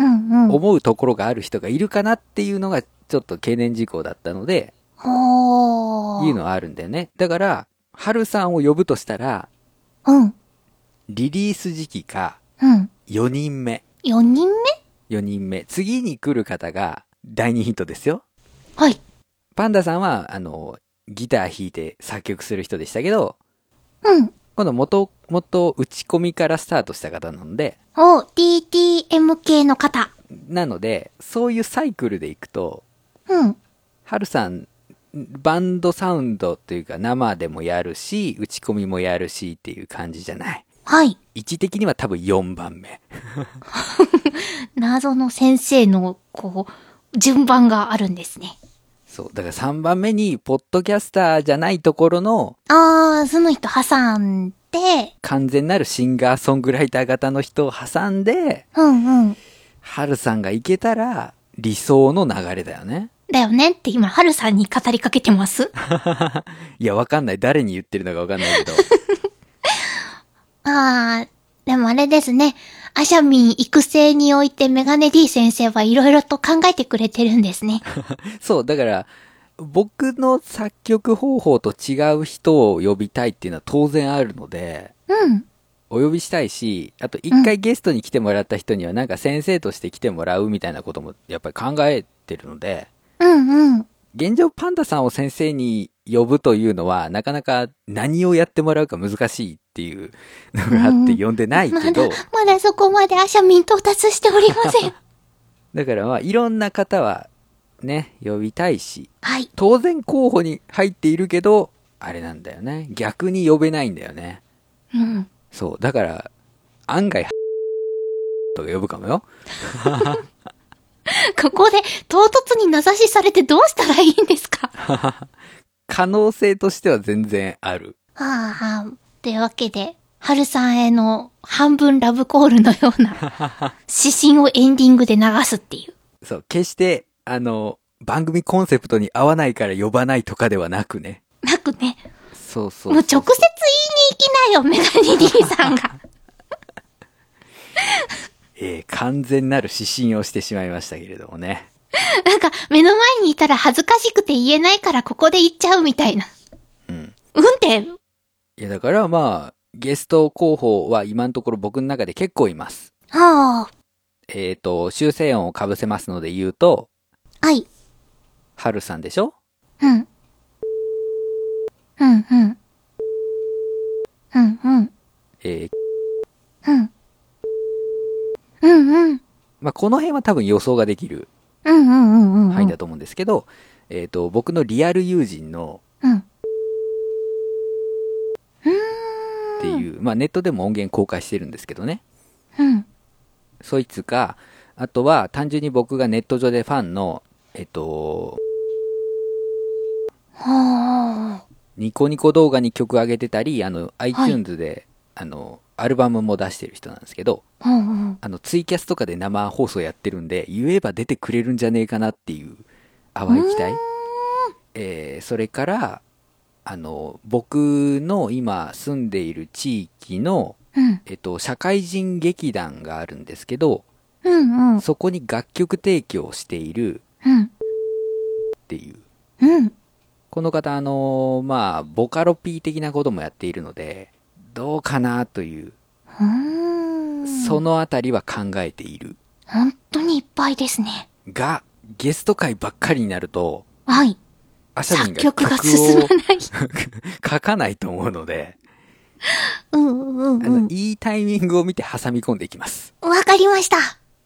Speaker 2: うんうん。
Speaker 1: 思うところがある人がいるかなっていうのがちょっと懸念事項だったので、
Speaker 2: ほー。
Speaker 1: いうのはあるんだよね。だから、春さんを呼ぶとしたら、
Speaker 2: うん。
Speaker 1: リリース時期か、
Speaker 2: うん。
Speaker 1: 4人目。
Speaker 2: 4人目
Speaker 1: 4人目。次に来る方が、第2ヒントですよ。
Speaker 2: はい。
Speaker 1: パンダさんは、あの、ギター弾いて作曲する人でしたけど、
Speaker 2: うん。
Speaker 1: 今度元、元打ち込みからスタートした方なので、
Speaker 2: お、TTM 系の方。
Speaker 1: なので、そういうサイクルでいくと、
Speaker 2: うん。
Speaker 1: 春さん、バンドサウンドというか生でもやるし、打ち込みもやるしっていう感じじゃない。
Speaker 2: はい。
Speaker 1: 位置的には多分4番目。
Speaker 2: 謎の先生の、こう、順番があるんですね。
Speaker 1: そう。だから3番目に、ポッドキャスターじゃないところの
Speaker 2: あー、その人挟んで、
Speaker 1: 完全なるシンガーソングライター型の人を挟んで、
Speaker 2: うんうん。
Speaker 1: ハルさんがいけたら理想の流れだよね。
Speaker 2: だよねって今、春さんに語りかけてます
Speaker 1: いや、わかんない。誰に言ってるのかわかんないけど。
Speaker 2: ああ、でもあれですね。アシャミン育成においてメガネ D 先生はいろいろと考えてくれてるんですね。
Speaker 1: そう、だから、僕の作曲方法と違う人を呼びたいっていうのは当然あるので、
Speaker 2: うん。
Speaker 1: お呼びしたいし、あと一回ゲストに来てもらった人にはなんか先生として来てもらうみたいなこともやっぱり考えてるので、
Speaker 2: うんうん。
Speaker 1: 現状パンダさんを先生に呼ぶというのはなかなか何をやってもらうか難しいっていうのがあって
Speaker 2: うん
Speaker 1: 呼んでない
Speaker 2: ま
Speaker 1: け
Speaker 2: だ
Speaker 1: ど、、
Speaker 2: まだそこまでアシャミン到達しており ません。
Speaker 1: だからまあいろんな方はね、呼びたいし、
Speaker 2: はい。
Speaker 1: 当然候補に入っているけど、あれなんだよね。逆に呼べないんだよね。
Speaker 2: うん。
Speaker 1: そう。だから、案外、 とか呼ぶかもよ。
Speaker 2: ここで唐突に名指しされてどうしたらいいんですかあ
Speaker 1: 可能性としては全然ある。
Speaker 2: あ、というわけで、春さんへの半分ラブコールのような 指針をエンディングで流すっていう。
Speaker 1: そう。決して、あの、番組コンセプトに合わないから呼ばないとかではなくね。
Speaker 2: なくね、
Speaker 1: そうそうそう
Speaker 2: もう直接言いに行きなよ、メガネ D さんが。
Speaker 1: えー完全なる指針をしてしまいましたけれどもね。
Speaker 2: なんか、目の前にいたら恥ずかしくて言えないからここで言っちゃうみたいな。
Speaker 1: うん。
Speaker 2: うんって、
Speaker 1: いや、だからまあ、ゲスト候補は今のところ僕の中で結構います。
Speaker 2: は
Speaker 1: えっ、と、修正音をかぶせますので言うと、
Speaker 2: あ、はい、
Speaker 1: はるさんでしょ
Speaker 2: うん。うん、うん。うん、うん、
Speaker 1: えー
Speaker 2: うん。うん、うん。
Speaker 1: まあ、この辺は多分予想ができる
Speaker 2: うん、うん、うん、うん。
Speaker 1: 範囲だと思うんですけど、えっ、と、僕のリアル友人の
Speaker 2: うん。う
Speaker 1: っていう、まあ、ネットでも音源公開してるんですけどね。
Speaker 2: ーん、うん。
Speaker 1: そいつか、あとは単純に僕がネット上でファンの、えっ、と、
Speaker 2: はあ。
Speaker 1: ニコニコ動画に曲上げてたり、あの、
Speaker 2: い
Speaker 1: iTunes で、あの、アルバムも出してる人なんですけど、
Speaker 2: うん、うん。
Speaker 1: あの、ツイキャスとかで生放送やってるんで、言えば出てくれるんじゃねえかなっていう、淡い期待。えー、それから、あの、僕の今住んでいる地域の、
Speaker 2: うん、
Speaker 1: えっと、社会人劇団があるんですけど、
Speaker 2: うん、うん。
Speaker 1: そこに楽曲提供をしている
Speaker 2: うん、
Speaker 1: っていう。
Speaker 2: うん。
Speaker 1: この方、あのまあ、ボカロ P 的なこともやっているので、どうかなという、
Speaker 2: うーん。
Speaker 1: そのあたりは考えている。
Speaker 2: 本当にいっぱいですね。
Speaker 1: が、ゲスト会ばっかりになると、
Speaker 2: はい。
Speaker 1: アシャミ
Speaker 2: 作
Speaker 1: ンが
Speaker 2: 曲
Speaker 1: 曲を
Speaker 2: が進まない。
Speaker 1: 書かないと思うので、
Speaker 2: うんうん
Speaker 1: あ
Speaker 2: う
Speaker 1: の
Speaker 2: ん。
Speaker 1: いいタイミングを見て挟み込んでいきます。
Speaker 2: わかりました。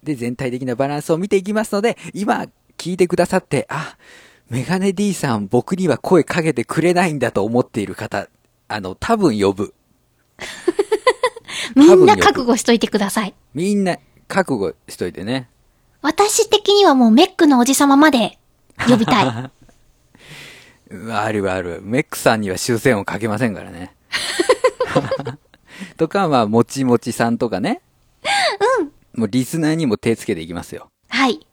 Speaker 1: で、全体的なバランスを見ていきますので、今、聞いてくださって、あ、メガネ D さん僕には声かけてくれないんだと思っている方、あの、多分呼ぶ。
Speaker 2: みんな覚悟しといてください。
Speaker 1: みんな覚悟しといてね。
Speaker 2: 私的にはもうメックのおじさままで呼びたい。
Speaker 1: うんあるある。メックさんには修正音かけませんから ね。とか、まあ、もちもちさんとかね。うん。もうリスナーにも手つけていきますよ。
Speaker 2: はい。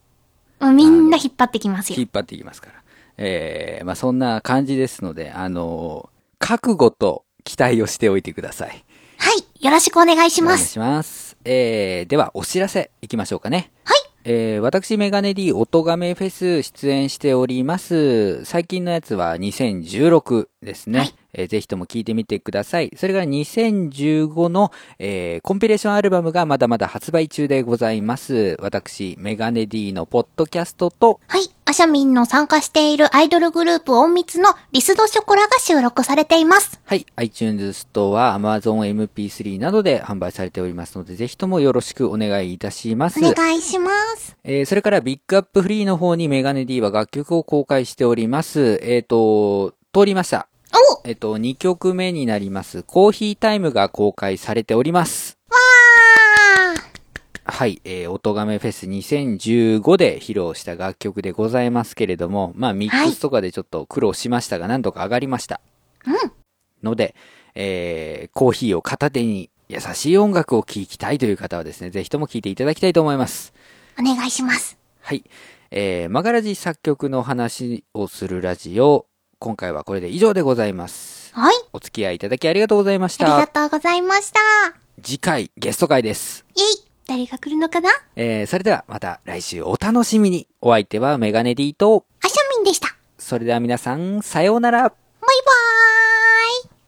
Speaker 2: もうみんな引っ張ってきますよ
Speaker 1: 引。っ張っていきますから。えー、まあそんな感じですので、あのー覚悟と期待をしておいてください。
Speaker 2: はい。よろしくお願いし
Speaker 1: お願
Speaker 2: ま
Speaker 1: い
Speaker 2: す。
Speaker 1: します。えー、ではお知らせいきましょうかね。
Speaker 2: はい。
Speaker 1: えー、私メガネ D 音亀フェス出演しております。最近のやつは2016ですね。
Speaker 2: はい
Speaker 1: えーぜひとも聞いてみてください。それから2015の、えーコンピレーションアルバムがまだまだ発売中でございます。私メガネ D のポッドキャストと、
Speaker 2: はい。アシャミンの参加しているアイドルグループ音密のリスドショコラが収録されています。
Speaker 1: はい、iTunes ストア、Amazon MP3 などで販売されておりますので、ぜひともよろしくお願いいたします。
Speaker 2: お願いします。
Speaker 1: えーそれからビッグアップフリーの方にメガネ D は楽曲を公開しております。えっ、と、通りました。
Speaker 2: お
Speaker 1: えっ、と、2曲目になります。コーヒータイムが公開されております。
Speaker 2: あー
Speaker 1: はい、えー、音亀フェス2015で披露した楽曲でございますけれども、まあ、ミックスとかでちょっと苦労しましたが、なんとか上がりました。ので、えー、コーヒーを片手に優しい音楽を聴きたいという方はですね、ぜひとも聴いていただきたいと思います。
Speaker 2: お願いします。
Speaker 1: はい。えー、マガラジ作曲の話をするラジオ、今回はこれで以上でございます。
Speaker 2: はい。
Speaker 1: お付き合いいただきありがとうございまし
Speaker 2: ありが
Speaker 1: た。
Speaker 2: とうございました。
Speaker 1: 次回、ゲスト会です。
Speaker 2: イェイ誰が来るのかな
Speaker 1: えー、それではまた来週お楽しみに。お相手はメガネ D と、
Speaker 2: アシャミンでした。バイ
Speaker 1: それでは皆さん、さようなら。
Speaker 2: バーイ